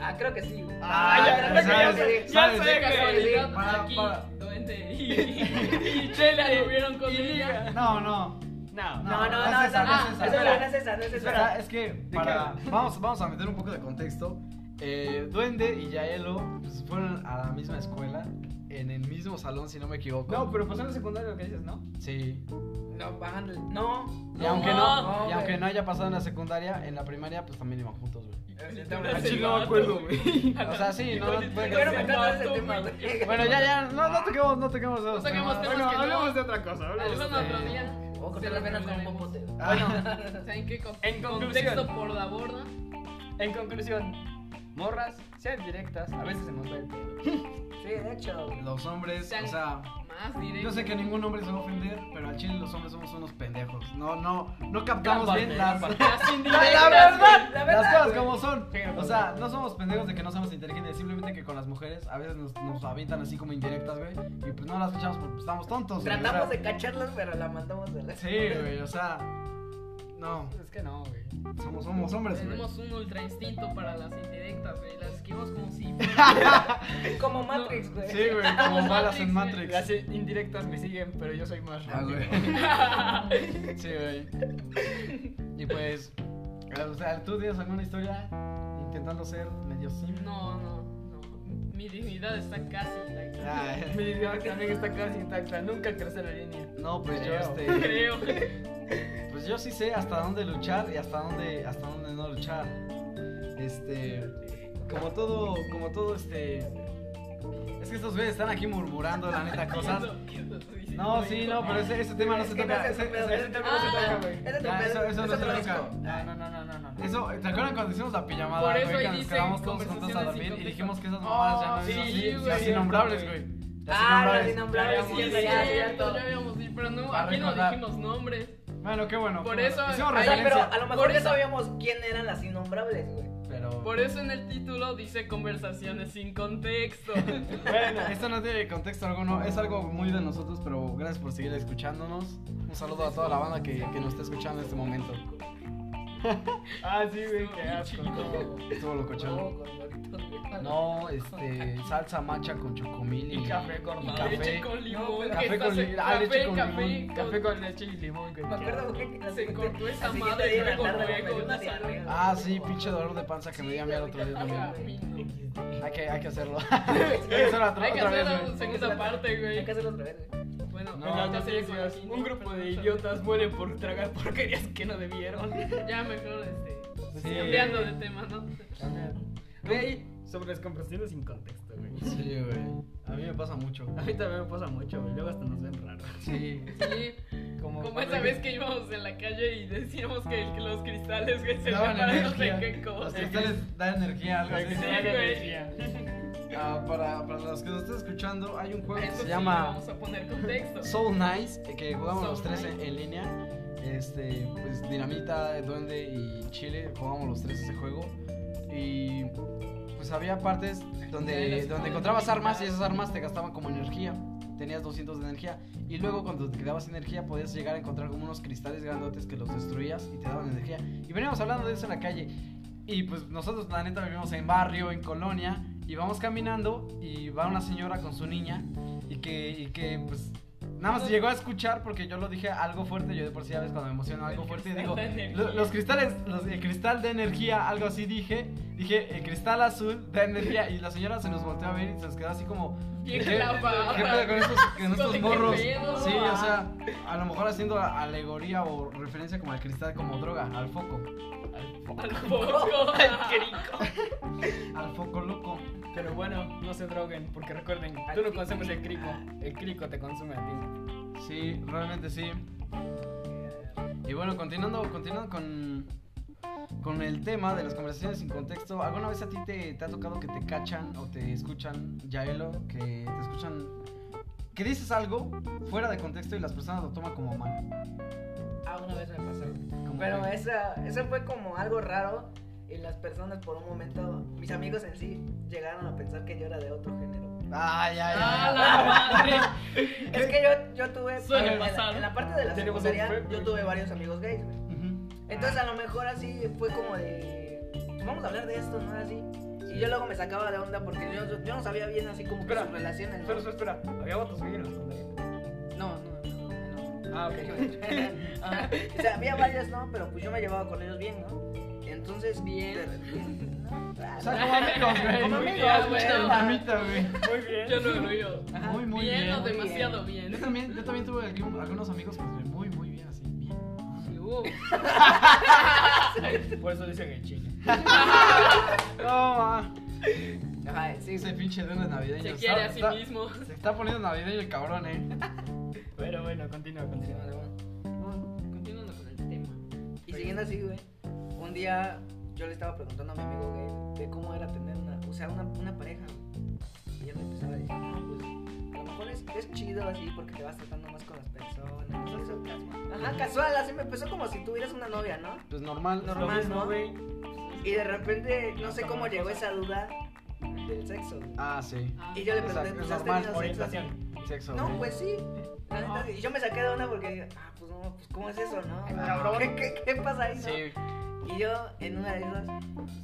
C: Ah, creo que sí, güey.
E: Ah, ya,
C: creo
E: ya, ya,
C: que sí,
E: ya,
C: sí.
E: ya
A: sabes,
E: sé,
D: Qué
E: güey.
D: casualidad,
A: Para,
D: aquí,
A: para.
D: Duende y, y Chela estuvieron con
E: Y
D: ella.
E: liga.
A: No, no.
E: No, no.
A: No,
C: No, no,
A: no
C: no, no,
A: es esa,
C: no,
A: no es
C: no,
A: esa.
C: no, no es esa, no es
A: Espera,
C: esa.
A: es que para, vamos, vamos a meter un poco de contexto. Eh, Duende y Yaelo pues, fueron a la misma escuela, en el mismo salón, si no me equivoco.
E: No, pues, pero pasó en la secundaria lo que dices, ¿no?
A: Sí.
C: No, bajan del- No.
A: Y aunque no,
C: No,
A: y aunque
C: güey.
A: no haya pasado en la secundaria, en la primaria pues también iban juntos, güey.
E: Al
D: Sí,
E: chile no me
D: vato,
E: acuerdo,
D: güey.
E: güey.
A: O sea, sí, no, no puede que
C: Bueno, me
A: sea.
C: encanta ese
D: Vato,
C: tema,
D: güey.
C: güey.
A: Bueno, ya, ya, no, no toquemos, no toquemos esos
D: No toquemos
A: temas.
D: temas.
E: Bueno,
D: que no.
E: hablemos de otra cosa. hablemos
D: Algún
E: de-
D: otro día.
C: Voy a cortar
D: se
C: las
D: lo
C: venas con un
D: hablaremos.
C: popote, güey.
A: Ah,
D: ¿Saben qué? Con,
E: En
D: contexto
E: conclusión.
D: por la borda.
E: En conclusión, morras, sean directas, a veces se nos va el pedo.
C: Sí, de hecho.
A: Los hombres,
D: Tan-
A: o sea,
D: Más directo.
A: yo sé que ningún hombre se va a ofender, pero al chile los hombres somos unos pendejos. No, no, no captamos
E: Gran
D: ¿eh?
A: bien
E: parte,
A: las,
E: gran parte.
D: Las
A: La,
D: indirectas,
A: la verdad,
C: la
A: las
C: verdad,
A: cosas
C: güey.
A: como son.
E: Sí,
A: O sea, no somos pendejos de que no somos inteligentes, simplemente que con las mujeres a veces nos, nos avientan así como indirectas, güey. Y pues no las escuchamos porque pues, estamos tontos. güey,
C: Tratamos
A: o sea.
C: de cacharlas, pero la mandamos de la.
A: Sí, güey, o sea. No,
E: Es que no, güey.
A: somos, somos hombres, güey.
D: Tenemos un ultra instinto para las indirectas, güey. Las esquivamos como si.
C: Como Matrix, güey.
A: Sí, güey, como balas en Matrix.
D: Matrix,
E: Las indirectas me siguen, pero yo soy más
A: Ah,
E: rápido.
A: güey. Sí, güey. Y pues, o sea, ¿tú tienes alguna historia intentando ser medio simple?
D: No, no, no. Mi dignidad está casi. intacta.
A: Ah,
E: Mi dignidad también está casi intacta, nunca crece la línea.
A: no, pues yo
E: Creo.
A: este.
D: Creo.
A: Pues yo sí sé hasta dónde luchar y hasta dónde hasta dónde no luchar. Este, como todo, como todo este es que estos güeyes están aquí murmurando la neta cosas.
D: ¿Qué estás diciendo?
A: No, sí, no, pero ese, ese tema no
C: Es
A: se
C: que no
A: toca.
C: es
A: ese-
C: el pedo,
A: ese-
C: es el
A: ese-
C: tema no se toca,
D: Ah.
C: güey. Ese es otro
A: Ah, eso-
C: pedo,
A: eso
C: es
A: no se
C: otro
A: toca.
C: disco.
E: No, no, no, no, no, no.
A: Eso, ¿te acuerdan cuando hicimos la pijamada,
D: Por
A: güey?
D: eso ahí
A: Que nos
D: dice
A: quedamos todos juntos a
D: conversaciones sin
A: dormir y
D: contexto.
A: dijimos que esas mamadas ya
D: Oh,
A: no
D: sí,
A: sí,
D: güey,
A: las
D: cierto,
A: innombrables,
D: güey.
A: güey. Las
C: Ah, los
A: innombrables.
C: innombrables.
D: Sí, es
C: sí, ya,
D: cierto,
C: cierto.
D: ya habíamos dicho, pero no,
A: Para
D: aquí no
A: recordar.
D: dijimos nombres.
A: Bueno, qué bueno.
D: Por
A: qué
D: eso-
A: bueno. hicimos
D: Ay,
C: O sea, pero
A: referencia,
C: a lo mejor ya sabíamos quién eran las innombrables, güey.
A: pero
D: Por eso en el título dice conversaciones sin contexto.
A: Bueno, esto no tiene contexto alguno, es algo muy de nosotros, pero gracias por seguir escuchándonos. Un saludo a toda la banda que, que nos está escuchando en este momento.
E: Ah, sí, güey, qué asco.
D: Chido.
A: Estuvo locochón. No, este, salsa macha con chocomil y,
E: Y café con
A: y
E: leche
A: café.
D: Leche con
E: No,
D: limón.
E: pero-
D: que
A: Café con
D: estás-
A: li- ah, leche con
D: café,
A: limón.
E: Café
D: café
E: con leche y limón, güey.
C: Me
E: qué
C: acuerdo,
E: asco.
C: güey. que
D: Se cortó esa
C: al siguiente
D: madre
C: día
D: y
C: en la
D: luego
C: tarde
D: fue
C: me
D: con
C: pedí
D: una
C: una
D: sarrena.
A: Ah, sí, pinche dolor de panza que me dio a mí el otro día también.
D: con
A: Hay que, hay que hacerlo. Hay que hacerlo otra,
D: Hay que
A: otra
D: hacer
A: vez,
D: la
A: güey.
D: segunda parte,
C: Hay que
D: güey.
C: hacerlo otra vez, güey.
D: Bueno,
A: No,
E: En las
D: ya se
E: noticias, un grupo de idiotas muere por tragar porquerías que no debieron.
D: Ya mejor este.
A: Sí.
D: Cambiando de tema, ¿no?
E: Güey, sobre las conversaciones sin contexto, güey.
A: Sí, güey. A mí me pasa mucho.
E: A mí también me pasa mucho, güey. Luego hasta nos ven raros.
A: Sí.
D: Sí. Como esa vez que íbamos en la calle y decíamos que el- que los cristales, güey, se
A: Daban
D: reparan no sé
A: energía.
D: qué
A: Los
D: cosa.
A: cristales dan energía, algo así.
D: Sí, güey.
A: Ah, para, para los que nos estén escuchando, hay un juego que
D: Eso
A: se
D: sí,
A: llama
D: Vamos a poner contexto.
A: Soul Nice, que jugamos
D: Soul
A: los tres en,
D: Nice.
A: en línea. Este, pues Dinamita, Duende y Chile, jugamos los tres ese juego. Y pues había partes
D: Ya,
A: donde,
D: las
A: donde
D: cosas
A: encontrabas armas y
D: limitadas.
A: esas armas te gastaban como energía. Tenías 200 de energía. Y luego cuando te quedabas sin energía podías llegar a encontrar como unos cristales grandotes que los destruías y te daban energía. Y veníamos hablando de eso en la calle. Y pues nosotros, la neta, vivimos en barrio, en colonia, y vamos caminando y va una señora con su niña y que, y que pues, nada más llegó a escuchar porque yo lo dije algo fuerte, yo de por sí a veces cuando me emociono algo fuerte
D: cristal
A: digo,
D: de energía.
A: "Lo- los cristales, los- el cristal de energía, algo así dije, dije, el cristal azul de energía y la señora se nos volteó a ver y se nos quedó así como,
D: Bien
A: ¿Qué-
D: clavada.
A: ¿Qué pedo con estos, con estos
D: ¿Qué
A: morros?
D: pedo?
A: Sí, o sea, a lo mejor haciendo alegoría o referencia como al cristal como droga, al foco,
D: Al poco.
A: al foco loco.
E: Pero bueno, no se droguen, porque recuerden, tú no consumes el crico, el crico te consume a ti.
A: Sí, realmente sí. Y bueno, continuando, continuando con, con el tema de las conversaciones sin contexto, ¿alguna vez a ti te, te ha tocado que te cachan o te escuchan, Yaelo, que te escuchan, que dices algo fuera de contexto y las personas lo toman como mal?
C: Ah, una vez me pasó.
A: Como
C: Pero
A: que-
C: esa, esa fue como algo raro y las personas por un momento, mis amigos en sí, llegaron a pensar que yo era de otro género.
A: Ay, ay,
D: ¡A
A: ay.
D: la madre!
C: Es que yo, yo tuve,
D: Suele
C: en, la-
D: pasar.
C: en la parte de la
E: Tenemos un
C: secundaria,
E: prep,
C: yo
E: güey.
C: tuve varios amigos gays. güey.
A: Ujú.
C: Entonces a lo mejor así fue como de, vamos a hablar de esto, ¿no? Así. Y yo luego me sacaba de onda porque yo, yo no sabía bien así como que
E: Espera,
C: sus relaciones. ¿no?
E: Pero espera, ¿había votos gays en la secundaria?
C: No, no, no, no.
E: Ah, ok.
C: Ah, o sea, había varios, ¿no? Pero pues yo me llevaba con ellos bien, ¿no? Entonces, bien. ¿no? Ah,
A: O sea, como amigos, güey.
C: Como
A: Muy
C: amigos,
A: bien,
D: güey.
A: escucha, mamita, güey.
E: Muy bien.
D: Yo no lo digo.
C: Ajá.
A: Muy, muy
D: bien,
A: bien.
D: o
C: muy bien.
D: demasiado
A: Yo
D: bien.
A: también, yo también tuve aquí un- algunos amigos que me muy, muy bien, así, bien.
D: Sí, uh.
E: Por eso dicen el chile.
A: No, ma.
C: Ajá, sí,
A: Ese pinche duende navideño.
D: Se
A: está-
D: quiere a sí
A: está-
D: mismo.
A: Se está poniendo navideño el cabrón, eh.
E: Pero bueno, continúa, continúa.
D: Continuando con el tema.
C: Y siguiendo así, güey. Un día yo le estaba preguntando a mi amigo gay de cómo era tener una, o sea, una, una pareja, güey. ya me empezaba a decir, no, pues a lo mejor es, es chido así porque te vas tratando más con las personas. eso. Ajá, casual, así me empezó como si tuvieras una novia, ¿no?
A: Pues normal.
C: Normal,
A: lo mismo,
C: ¿no?
A: güey.
C: Y de repente, no sé cómo llegó esa duda del sexo.
A: Ah, sí.
D: Ah,
C: Y yo le
A: Exacto,
C: pregunté,
A: es
C: ¿pues has
A: normal,
C: tenido sexo así?
E: Orientación.
A: Sexo.
C: No,
A: güey.
C: pues sí. La neta, Y yo me saqué de onda porque dije, ah, pues no, pues cómo es eso, ¿no?
A: Cabrón.
C: ¿Qué, qué, qué pasa ahí? no?
A: Sí.
C: Y yo en una de esas,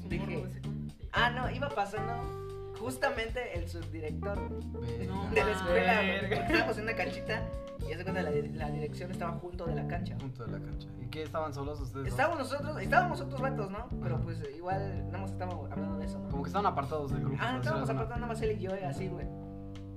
D: su
C: dije-
D: morro de secundaria.
C: ah, no, iba pasando justamente el subdirector
A: No,
C: de la escuela. güey,
E: Verga.
C: porque Estábamos en una canchita y hace cuenta la, di- la dirección estaba junto de la cancha.
A: Punto de la cancha. ¿Y qué estaban solos ustedes? dos?
C: Estábamos nosotros, estábamos otros vatos, ¿no? Pero
A: Ajá.
C: pues igual, nada más estábamos hablando de eso, ¿no?
A: Como que estaban apartados del grupo.
C: Ah,
A: por
C: estábamos
A: decirlo
C: apartando nada más él y yo, y así, güey.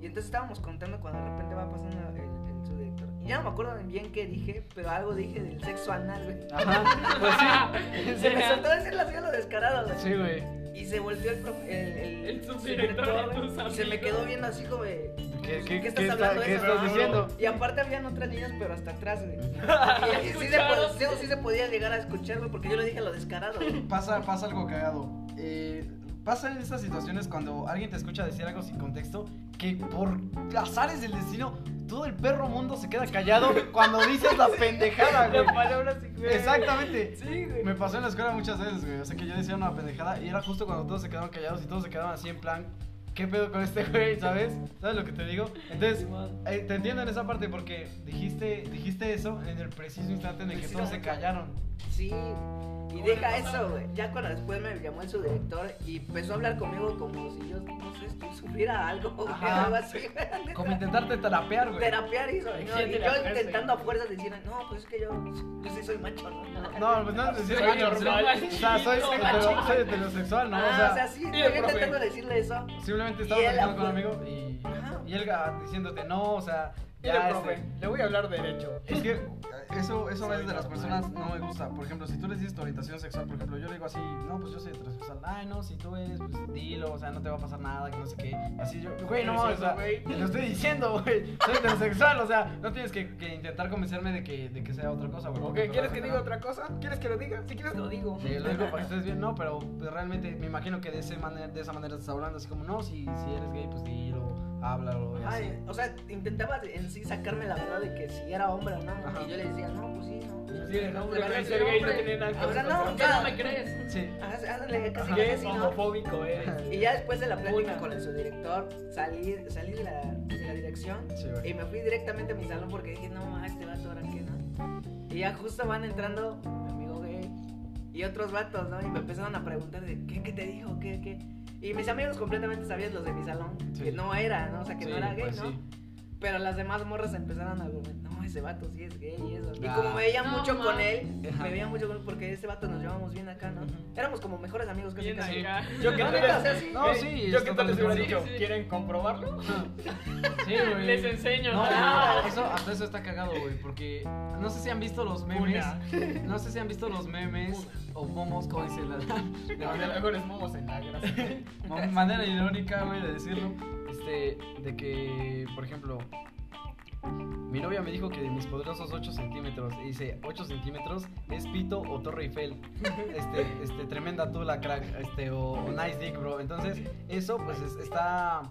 C: Y entonces estábamos contando cuando de repente va pasando el, el subdirector. Y ya no me acuerdo bien qué dije, pero algo dije del sexo anal, güey.
A: de una- Ajá. Pues
C: Se me soltó decirlo así a lo descarado, güey.
A: sí. Sí, güey.
C: Y se volteó el, prof- el, el,
D: El subdirector de
C: güey,
D: tus
C: Y se me
D: amigos.
C: quedó viendo así como de...
A: ¿Qué,
C: ¿Qué,
A: qué,
C: estás hablando
A: qué
C: de eso?
A: estás
C: no?
A: diciendo?
C: Y aparte habían otras niñas, pero hasta atrás, güey. Y, y sí, se po- sí, sí se podía llegar a escuchar, güey, porque yo lo dije a lo descarado, güey.
A: Pasa, pasa algo cagado. Eh, pasa en estas situaciones cuando alguien te escucha decir algo sin contexto que por azares del destino todo el perro mundo se queda callado cuando dices la pendejada, güey.
E: palabras sin
A: Exactamente.
E: Sí, güey.
A: Me pasó en la escuela muchas veces, güey. O sea que yo decía una pendejada y era justo cuando todos se quedaban callados y todos se quedaban así en plan, ¿qué pedo con este güey? ¿Sabes? ¿Sabes lo que te digo? Entonces, eh, te entiendo en esa parte porque dijiste, dijiste eso en el preciso instante en el que
C: Preciso
A: todos se
C: momento.
A: callaron.
C: Sí. Y
D: Bueno,
C: deja
D: no,
C: eso, güey. Ya cuando después me llamó el subdirector y empezó a hablar conmigo como si yo, no sé, estu- sufriera algo o
A: Ajá.
C: algo así.
A: Como intentarte terapear, güey.
C: Terapear hizo. ¿no?
E: Sí,
C: Y yo
E: terapearse.
C: intentando a fuerzas decir, no, pues es que yo, yo sí soy macho, ¿no?
A: No, pues no es decir
E: Soy
A: macho,
E: normal.
A: ¿no? O sea, soy,
E: Soy
A: hetero-
E: machito.
A: soy heterosexual, ¿no?
C: Ah,
A: o sea,
C: sí,
E: y
C: yo
E: el profe.
C: intentando decirle eso.
A: simplemente
C: y
A: estaba
C: él
A: platicando con un
C: afu-
A: amigo y,
C: Ajá.
A: y él ah, diciéndote, no, o sea,
E: Dile,
A: ya,
E: profe,
A: este,
E: le voy a hablar derecho.
A: Es que eso, eso
E: Soy
A: es de las
E: normal.
A: personas no me gusta. Por ejemplo, si tú les dices tu orientación sexual, por ejemplo, yo le digo así, no, pues yo soy heterosexual. Ay, no, si tú eres, pues dilo, o sea, no te va a pasar nada, que no sé qué. Así yo, güey, no, o
E: Pero si
A: sea,
E: eso, güey.
A: te lo estoy diciendo, güey, soy heterosexual, o sea, no tienes que, que intentar convencerme de que, de que sea otra cosa, güey.
E: Ok,
A: porque
E: ¿quieres que
A: realmente
E: diga
A: no.
E: otra cosa? ¿Quieres que lo diga? Si quieres, lo digo.
A: Sí, lo digo para que estés bien, no, pero pues, realmente me imagino que de, ese manera, de esa manera te está hablando, así como, no, si, si eres gay, pues dilo, háblalo, y así.
C: Ay, o sea, intentaba en sí sacarme la verdad de que si era hombre o no.
A: Ajá.
C: Y yo le decía, no, pues sí, no.
E: Sí, el hombre,
D: La verdad
E: pero
D: es
E: ser
D: que
E: gay no
D: hombre.
E: tiene nada que
C: O sea,
E: ver.
C: no,
E: con
D: ¿Por
E: ser
D: qué
C: ya.
D: no me crees?
A: Sí.
C: Haz- Hazle casi
E: Gay es
C: casi, ¿no?
E: homofóbico, eh.
C: Y ya después de la plática
E: Una.
C: con el subdirector, salí, salí de, la, de la dirección
A: Sí, güey.
C: y me fui directamente a mi salón porque dije, no, ma, este vato ahora qué, ¿no? Y ya justo van entrando mi amigo gay y otros vatos, ¿no? Y me empezaron a preguntar de, ¿qué, qué te dijo? ¿Qué, qué? Y mis amigos completamente sabían, los de mi salón,
A: Sí.
C: que no era, ¿no? O sea, que
A: Sí,
C: no era gay,
A: pues,
C: ¿no?
A: sí.
C: Pero las demás morras empezaron a argumentar, no, ese vato sí es gay y eso. Y
A: Ah.
C: como me veía
D: No,
C: mucho
D: ma.
C: con él,
A: Ajá.
C: me veía mucho con él porque ese vato nos llevamos bien acá, ¿no?
A: Ujú.
C: Éramos como mejores amigos casi
D: Bien
C: casi.
D: acá.
E: Yo que
C: No,
E: tú
C: neta, o
E: eres-
C: sea, sí.
A: No,
E: Ey,
A: sí,
E: Yo que
A: está
E: tal les hubiera
A: totalmente
E: dicho,
D: sí.
E: ¿quieren comprobarlo?
A: Sí, güey.
D: Les enseño.
A: No,
D: Ah,
A: eso, hasta eso está cagado, güey, porque no sé si han visto los memes,
E: Una.
A: no sé si han visto los memes o momos, como dicen las- de
E: No,
A: manera,
E: luego les momos en la grasa.
A: mo- manera irónica, güey, de decirlo, este, de que, por ejemplo, mi novia me dijo que de mis poderosos 8 centímetros, y dice, 8 centímetros es pito o Torre Eiffel, este, este, tremenda tula, crack, este, o, o nice dick, bro, entonces, eso, pues, es- está...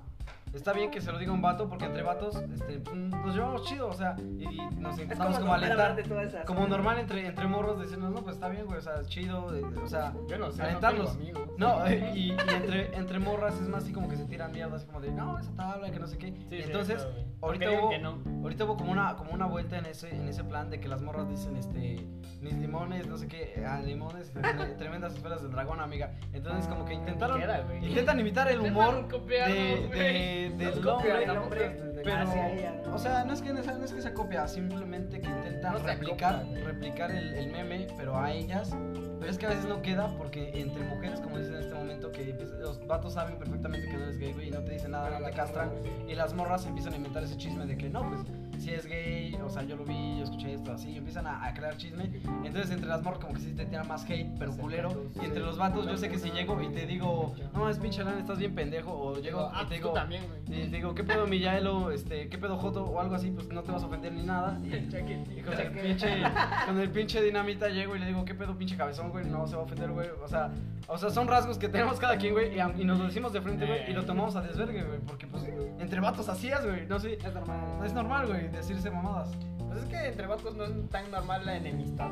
A: Está bien que se lo diga un vato porque entre vatos este, nos llevamos chido, o sea, y, y nos
C: Es
A: intentamos
C: como,
A: como
C: normal hablar
A: alentar.
C: de todas esas.
A: Como normal entre, entre morros decirnos, no, pues está bien, güey, o sea, es chido, eh, o sea,
E: Yo no sé,
A: Alentarlos.
E: no tengo amigos.
A: no, eh, y, y entre, entre morras es más así como que se tiran mierda, así como de, no, esa tabla, que no sé qué.
E: Sí,
A: Y
E: sí,
A: entonces,
E: claro, güey.
A: ahorita
E: Aunque digan
A: hubo,
E: que no.
A: ahorita hubo como una, como una vuelta en ese, en ese plan de que las morras dicen, este, mis limones, no sé qué, ah, limones, tre- tremendas esferas del dragón, amiga. Entonces, como que intentaron,
E: Queda, güey.
A: intentan imitar el
D: Intentan
A: humor
D: copiarnos,
A: de, de,
E: Nos
A: del
E: copian,
A: hombre,
E: ¿no?
A: pero,
C: hacia ella, ¿no?
A: o sea, no es que no es que se copia, simplemente que intentan
E: No se
A: replicar,
E: acopla, güey.
A: replicar el, el meme, pero a ellas. Pero es que a veces no queda porque entre mujeres, como dicen en este momento, que empieza- los vatos saben perfectamente que no eres gay, güey, y no te dicen nada, no te castran. Y las morras empiezan a inventar ese chisme de que no, pues si es gay o sea, yo lo vi, yo escuché esto, así, y empiezan a, a crear chisme. Entonces, entre las morras, como que sí te tiran más hate, pero
E: Sí,
A: culero.
E: sí.
A: Y entre los vatos, yo sé que si llego y te digo, no, es pinche Alan, estás bien pendejo, o llego
E: ah,
A: y te
E: tú
A: digo.
E: también, güey.
A: Y te digo, ¿qué pedo mi Yaelo? Este, ¿Qué pedo Joto? O algo así, pues no te vas a ofender ni nada. Y, y con, el pinche, con el pinche dinamita llego y le digo, ¿qué pedo pinche cabezón, güey? No se va a ofender, güey. O sea, o sea son rasgos que tenemos cada quien, güey. Y, aun- y nos lo decimos de frente, güey. Y lo tomamos a desvergue, güey. Porque, pues, entre vatos así es, güey. No sé,
C: Es normal.
A: es normal, güey, decirse mamadas.
E: Pues es que entre vatos no es tan normal la enemistad.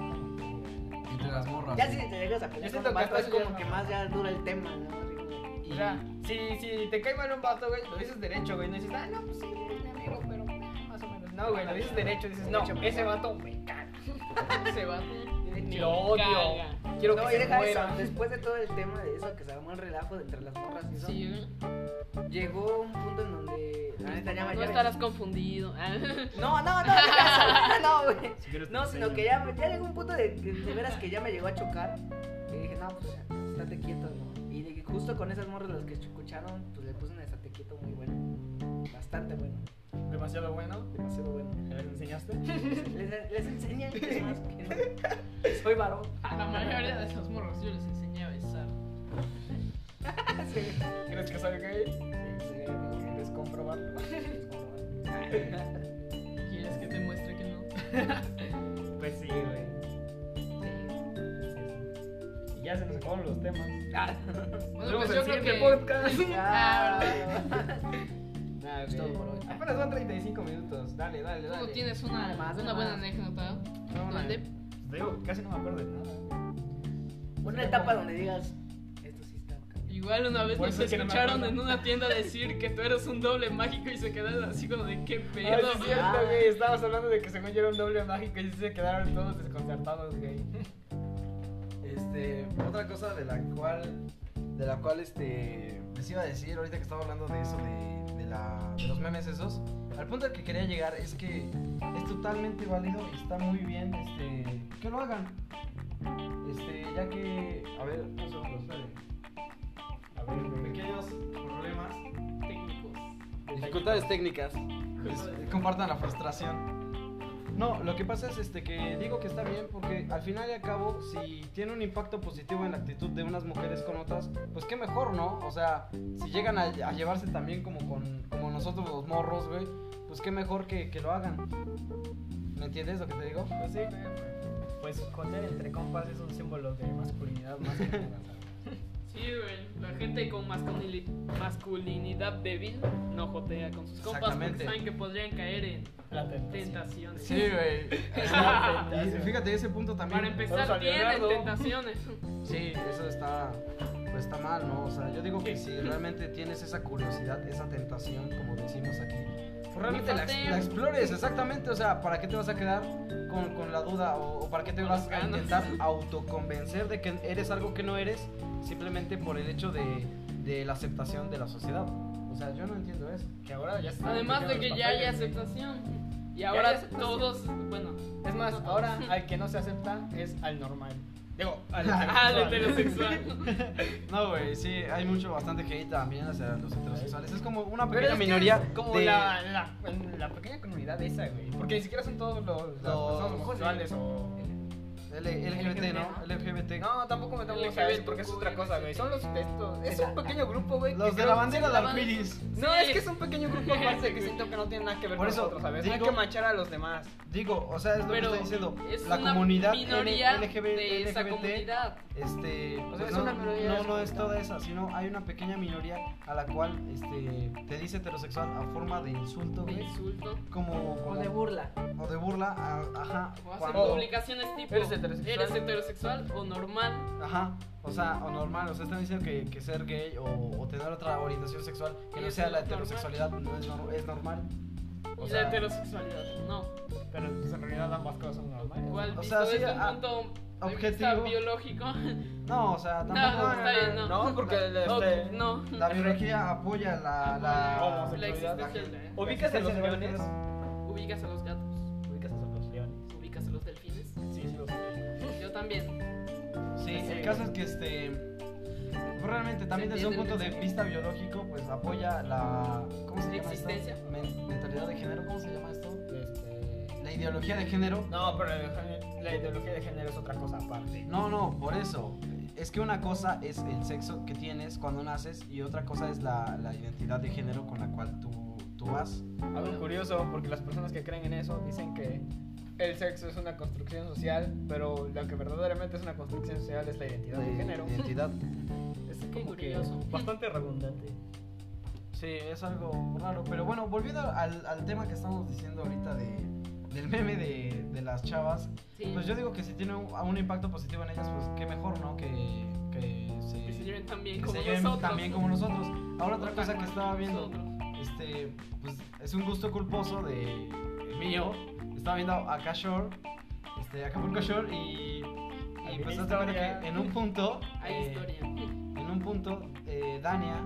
A: Entre las morras.
C: Ya si te llegas a pelear
E: Yo
C: con
E: siento que
C: un vato,
E: hasta
C: es
E: eso ya
C: como
E: no.
C: que más ya dura el tema, ¿no? Así como-
E: O sea, si, si te cae mal un vato, güey, lo dices derecho, güey. No dices, ah, no, pues sí, es mi amigo, pero más o menos. No, güey, lo dices derecho, dices, no, ese vato me caga.
D: Se va.
E: Yo lo odio. Quiero
C: No,
E: que
C: y
E: se
C: deja
E: muera.
C: eso, después de todo el tema de eso que se armó el relajo de entre las morras y eso,
D: Sí, güey.
C: llegó un punto en donde la neta ya me-
D: No
C: ya me-
D: estarás confundido. Ah.
C: No, no, no, no, no, no, no, güey.
E: Si quieres te
C: No, sino
E: enseño.
C: que ya, ya llegó un punto de, de, de veras que ya me llegó a chocar. Y dije, no, pues estate quieto, ¿no? Y de que justo con esas morras las que escucharon, pues le puse un estate quieto muy bueno. Bastante bueno,
E: Demasiado bueno.
C: demasiado bueno.
E: A ver, ¿me enseñaste?
C: Les, les enseñé que es más que no. Soy varón.
D: A
E: Ah.
D: la mayoría de esos morros yo les enseñé a besar.
C: Sí.
E: ¿Crees que sabe gay? ¿Quieres comprobarlo?
D: ¿Quieres que te muestre que no?
E: Pues sí, güey. Y ya se nos acabaron los temas.
D: Bueno, pues yo creo que.
E: podcast.
D: Ah, ¿verdad?
A: Ah,
E: Nada,
C: Es todo por hoy.
E: güey. Apenas van 35 minutos. Dale, dale,
D: Tú
E: dale.
D: no tienes una, Ah.
C: Además,
D: una buena
C: además.
D: anécdota.
E: No, no,
D: ¿Dónde?
A: pues,
E: Te digo, casi no me acuerdo de nada. güey.
C: Una etapa donde digas, esto sí está acá.
D: Igual una vez
E: Por
D: nos
E: eso es que no me
D: escucharon
E: acuerdo.
D: en una tienda decir que tú eres un doble mágico y se quedaron así como de qué
E: Ay,
D: pedo.
E: sí es cierto,
C: Ah.
E: güey. Estabas hablando de que según yo era un doble mágico y sí se quedaron todos desconcertados, güey.
A: Este, otra cosa de la cual, de la cual, este, les iba a decir ahorita que estaba hablando de eso, de, de la, de los memes esos, al punto al que quería llegar es que es totalmente válido y está muy bien, este, que lo hagan. Este, ya que, a ver, un segundo, esperen.
E: A ver, güey.
A: Pequeños problemas.
D: Técnicos.
A: Dificultades técnicas. Pues, compartan la frustración. No, lo que pasa es este que digo que está bien porque al final y al cabo, si tiene un impacto positivo en la actitud de unas mujeres con otras, pues qué mejor, ¿no? O sea, si llegan a, a llevarse también como con como nosotros los morros, güey, pues qué mejor que, que lo hagan. ¿Me entiendes lo que te digo?
E: Pues sí, güey. Pues joder entre compas es un símbolo de masculinidad más que nada.
D: Sí, güey. La gente con masculini- masculinidad débil no jotea con sus compas porque
A: Exactamente.
D: saben que podrían caer en
E: La tentación.
D: tentaciones.
A: güey. Y fíjate ese punto también.
D: Para
E: Saludos a
D: empezar, tienen
E: Leonardo.
D: tentaciones.
A: Sí, eso está, pues está mal, ¿no? O sea, yo digo que si realmente tienes esa curiosidad, esa tentación, como decimos aquí, pues realmente la, ex- la explores, exactamente. O sea, ¿para qué te vas a quedar con, con la duda o, o para qué te
D: Con
A: vas
D: las
A: a
D: ganas.
A: intentar autoconvencer de que eres algo que no eres simplemente por el hecho de, de la aceptación de la sociedad? O sea, yo no entiendo eso.
E: Que ahora ya se están
D: Además de
E: metiendo
D: que
E: los
D: ya hay
E: papeles, güey.
D: aceptación. Y
E: Ya
D: ahora
E: hay aceptación.
D: todos, bueno,
E: Es más, ahora al que no se acepta es al normal. Digo, al
D: Ah, al
E: heterosexual.
D: heterosexual.
A: No, güey, sí, hay mucho, bastante hate también hacia los heterosexuales. Es como una
E: Pero es
A: pequeña
E: que
A: minoría
E: es como
A: de-
E: la, la, la pequeña comunidad esa, güey. Porque ni siquiera son todos los, las
A: Los-
E: personas homosexuales o...
A: L- LGBT, ¿no? LGBT.
E: No, tampoco me tomo a eso porque es otra cosa, güey. Son los de estos. Es un pequeño grupo, güey. que
A: Los de
E: creo-
A: la bandera de
D: la banda-
A: arcoiris.
E: No, es que es un pequeño grupo más de que siento que no tiene nada que ver
A: Por
E: con
A: eso
E: nosotros, ¿sabes? No hay
A: digo-
E: que manchar a los demás.
A: Digo, o sea, es lo
D: Pero
A: que estoy diciendo.
D: es
A: la
D: una
A: comunidad L-
D: minoría
A: LGB
D: de esa
A: LGBT,
D: comunidad.
A: este,
E: sea,
A: pues
E: es
A: no,
E: una minoría
A: no,
E: de
A: no
E: esa
A: es toda esa, sino hay una pequeña minoría a la cual este, te dice heterosexual a forma de insulto,
D: De
A: güey.
D: insulto.
A: Como, como-
C: O de burla.
A: o de burla, a- ajá,
D: O hacen
A: cuando,
D: publicaciones tipo
E: ¿Eres heterosexual?
D: ¿Eres heterosexual o normal?
A: ajá, o sea, o normal, o sea, están diciendo que, que ser gay o, o tener otra orientación sexual que no
D: Es
A: sea la
D: normal.
A: heterosexualidad no es, nor- es normal. O
D: y
A: sea,
D: la heterosexualidad, no.
E: Pero pues, en realidad ambas cosas son normales.
D: Igual,
A: o
D: visto
A: sea, sí,
D: desde
A: ah,
D: un punto de vista
A: objetivo.
D: biológico.
A: no, o sea, tampoco.
D: No, está bien, no.
E: No, porque
D: ok,
E: este...
D: no.
A: La biología apoya la, la,
D: La existencia de-
E: ¿Ubicas a los
A: existencia de
E: leones?
D: Ubicas a los gatos,
E: Ubicas a los leones.
D: ubicas a los delfines.
E: Sí, sí, los
D: Yo también.
A: Sí,
E: Sí.
A: el caso es que este. pues, Realmente también
D: Se
A: desde un
D: entiende
A: punto
D: el
A: de
D: mensaje.
A: vista biológico, pues apoya la. ¿Cómo se
D: ¿La
A: llama esto?
D: existencia?
A: Men- mentalidad de género, ¿cómo se llama esto?
E: Este...
A: la ideología de género.
E: No, pero la, la ideología de género es otra cosa aparte.
A: No, no, por eso. Es que una cosa es el sexo que tienes cuando naces y otra cosa es la, la identidad de género con la cual tú, tú vas.
E: Algo curioso, porque las personas que creen en eso dicen que el sexo es una construcción social, pero lo que verdaderamente es una construcción social es la identidad de,
A: De
E: género.
A: Eh, Identidad.
E: Es como que
D: curioso.
E: bastante redundante.
A: Sí, es algo raro. Pero bueno, volviendo al, al tema que estamos diciendo ahorita de, del meme de, de las chavas,
D: Sí.
A: pues yo digo que si tiene un, un impacto positivo en ellas, pues qué mejor, ¿no? Que, que se,
D: que se lleven tan bien
A: que
D: como
A: se lleven
D: nosotros.
A: también como nosotros. Ahora otra cosa que estaba viendo,
D: Nosotros.
A: este, pues es un gusto culposo de mío. Estaba viendo acá Shore, este, Acapulco Shore y, y
E: Había
A: pues
E: una
A: hasta ahora
E: historia.
A: que en un punto,
D: Hay
A: eh,
D: historia.
A: en un punto, eh, Dania,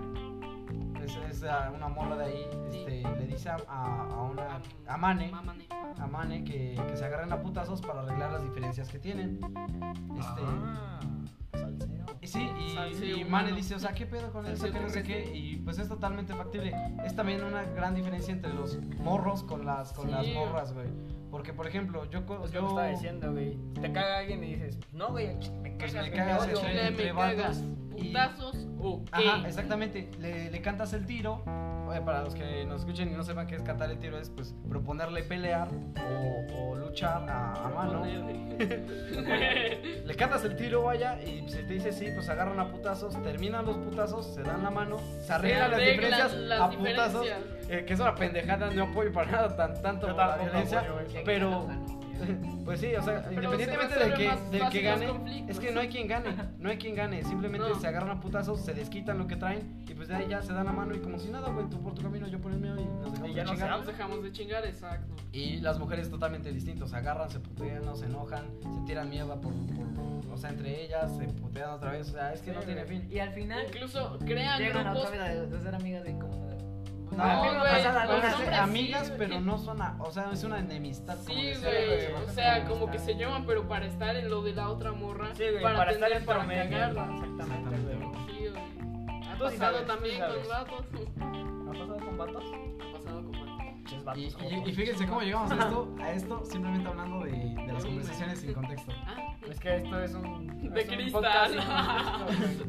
A: es, es, ah, una morra de ahí,
D: Sí.
A: este, le dice a, a- a una,
D: Am-
A: a Mane, Ah,
D: Mamane.
A: a Mane que, que se agarren a putazos para arreglar las diferencias que tienen. Este,
E: Ah, salseo.
A: y sí, y,
D: Salseo
A: y
D: humano.
A: Mane dice, o sea, ¿qué pedo con eso?
D: Salseo
A: Que no sé qué.
D: terrestre.
A: Y pues es totalmente factible. Es también una gran diferencia entre los morros con las, con
D: Sí.
A: las morras, güey. Porque, por ejemplo, yo... co-
E: Es Pues lo
A: yo
E: que estaba diciendo, güey. Te caga alguien y dices, no, güey, me cagas,
A: Pues me
E: güey, te
A: cagas,
E: odio".
A: sí.
D: Chile,
A: entre
D: me
A: vatos
D: cagas.
A: y-
D: Putazos o qué.
A: Ajá, exactamente. Le, le cantas el tiro. Oye, para los que nos escuchen y no sepan qué es cantar el tiro, es pues proponerle pelear o, o luchar a, a mano.
D: Ponerle.
A: Le cantas el tiro, vaya, y si te dice sí, pues agarran a putazos, terminan los putazos, se dan la mano, se arreglan las
D: arreglan
A: diferencias
D: las
A: a
D: diferencias.
A: putazos. eh, que es una pendejada, no apoyo para nada tan, tanto
E: Yo
A: la
E: tampoco
A: violencia,
E: apoyo eso.
A: pero... Pues sí, o sea, independientemente
D: se
A: del
D: resuelven
A: que,
D: más
A: del que
D: fácil los
A: gane,
D: conflictos.
A: es que no hay quien gane, no hay quien gane, simplemente
D: No.
A: se agarran a putazos, se desquitan lo que traen y pues de ahí ya se dan la mano y como si nada, güey, tú por tu camino, yo por el mío y nos dejamos
E: Y ya
A: de
E: no se
A: chingar.
E: habla.
D: Nos dejamos de chingar, exacto.
A: Y las mujeres totalmente distintas, se agarran, se putean, no se enojan, se tiran mierda por, por- o sea, entre ellas, se putean otra vez, o sea, es que
E: Sí,
A: no tiene
E: güey.
A: fin.
C: Y al final
D: Incluso crean
C: llegan a
D: grupos.
C: otra vez de ser amigas de Ah, incómodas.
A: No,
D: No,
A: güey,
D: güey,
A: pasan
D: los
A: algunas
D: hombres sí,
A: amigas,
D: güey.
A: pero no son, a- o sea, es una enemistad. como
D: Sí,
A: decía la
D: güey.
A: Rosa,
D: O sea,
A: una
D: como que
A: enemistad.
D: se llaman, pero para estar en lo de la otra morra.
E: Sí, güey, para, estar
D: tener-
E: en
D: para
E: promedio.
D: cagarla.
E: Exactamente,
A: Exactamente,
E: güey.
D: Sí, güey. Ha
E: Tú sí
D: pasado
E: sabes, tú
D: también
E: sabes.
D: con vatos.
E: ¿Ha pasado con vatos?
D: Ha pasado con vatos.
E: Ches
A: Y,
E: vatos.
A: y-
E: jotos.
A: y fíjense cómo llegamos a esto, a esto simplemente hablando de, de las conversaciones sin contexto.
D: Ah,
E: Es que esto es un.
D: De
E: es un
D: cristal.
E: podcast sin contexto,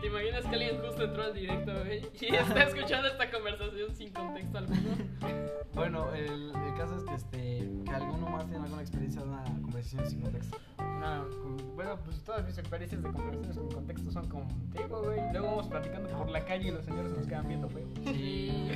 D: ¿Te imaginas que alguien justo entró al directo, güey? Y está escuchando esta conversación sin contexto alguno.
A: Bueno, el, el caso es que este que alguno más tiene alguna experiencia de una conversación sin contexto.
E: güey. No, con- bueno, pues todas mis experiencias de conversaciones con contexto son contigo, güey. Luego vamos platicando por la calle y los señores nos quedan viendo feo.
A: Sí.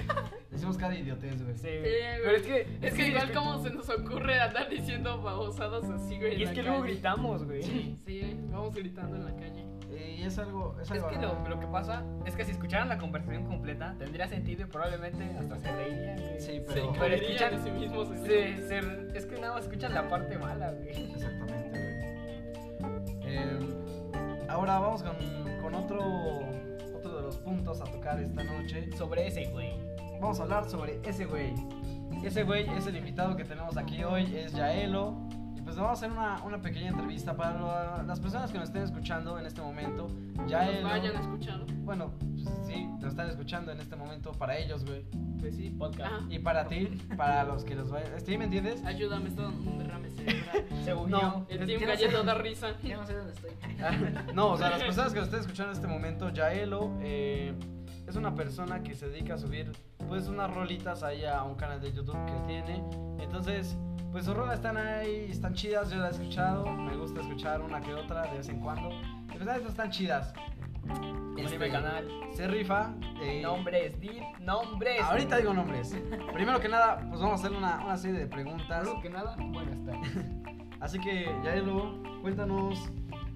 A: Decimos cada idiotez, güey.
E: Sí,
D: Sí,
E: güey.
D: güey.
E: Pero es que.
D: Es que igual
E: es
D: como se nos ocurre andar diciendo babosadas así, güey. en
E: Y es
D: la
E: que luego
D: calle.
E: gritamos, güey.
D: Sí, sí, güey, vamos gritando en la calle.
A: Eh, y es algo, es
E: Es
A: algo
E: que
A: raro.
E: lo, lo que pasa es que si escucharan la conversación completa tendría sentido y probablemente hasta se reirían. güey.
A: Sí, pero.
E: Sí,
D: Pero
E: escuchan-
D: escuchan de sí mismos. ¿eh? así.
E: Se- se- es que nada más escuchan la parte mala, güey.
A: Exactamente, güey. Eh, ahora vamos con, con otro otro de los puntos a tocar esta noche.
E: Sobre ese, güey.
A: Vamos a hablar sobre ese güey. Ese güey es el invitado que tenemos aquí hoy, es Yaelo. Y pues vamos a hacer una, una pequeña entrevista para lo- las personas que nos estén escuchando en este momento.
D: Nos
A: Yaelo.
D: vayan a escuchar.
A: Bueno, pues, sí, nos están escuchando en este momento para ellos, güey.
E: Pues sí, podcast.
D: Ah,
A: Y para ti, para los que los vayan. ¿Sí me entiendes?
D: ayúdame, está dando un derrame cerebral.
E: Se
A: No.
E: unió.
D: El
A: Es
D: team
A: que no sé.
D: galleta da risa.
C: Ya no sé dónde estoy.
A: No, o sea, las personas que nos estén escuchando en este momento, Yaelo eh, es una persona que se dedica a subir pues unas rolitas ahí a un canal de YouTube que tiene. Entonces, pues sus rolas están ahí, están chidas, yo las he escuchado, me gusta escuchar una que otra de vez en cuando. Y pues estas están chidas.
E: Este,
A: Este,
E: canal.
A: Se rifa. eh,
E: Nombres, di nombres.
A: ahorita digo nombres. Primero que nada, pues vamos a hacer una, una serie de preguntas.
E: Primero que nada, buenas tardes.
A: Así que, Yaelo, cuéntanos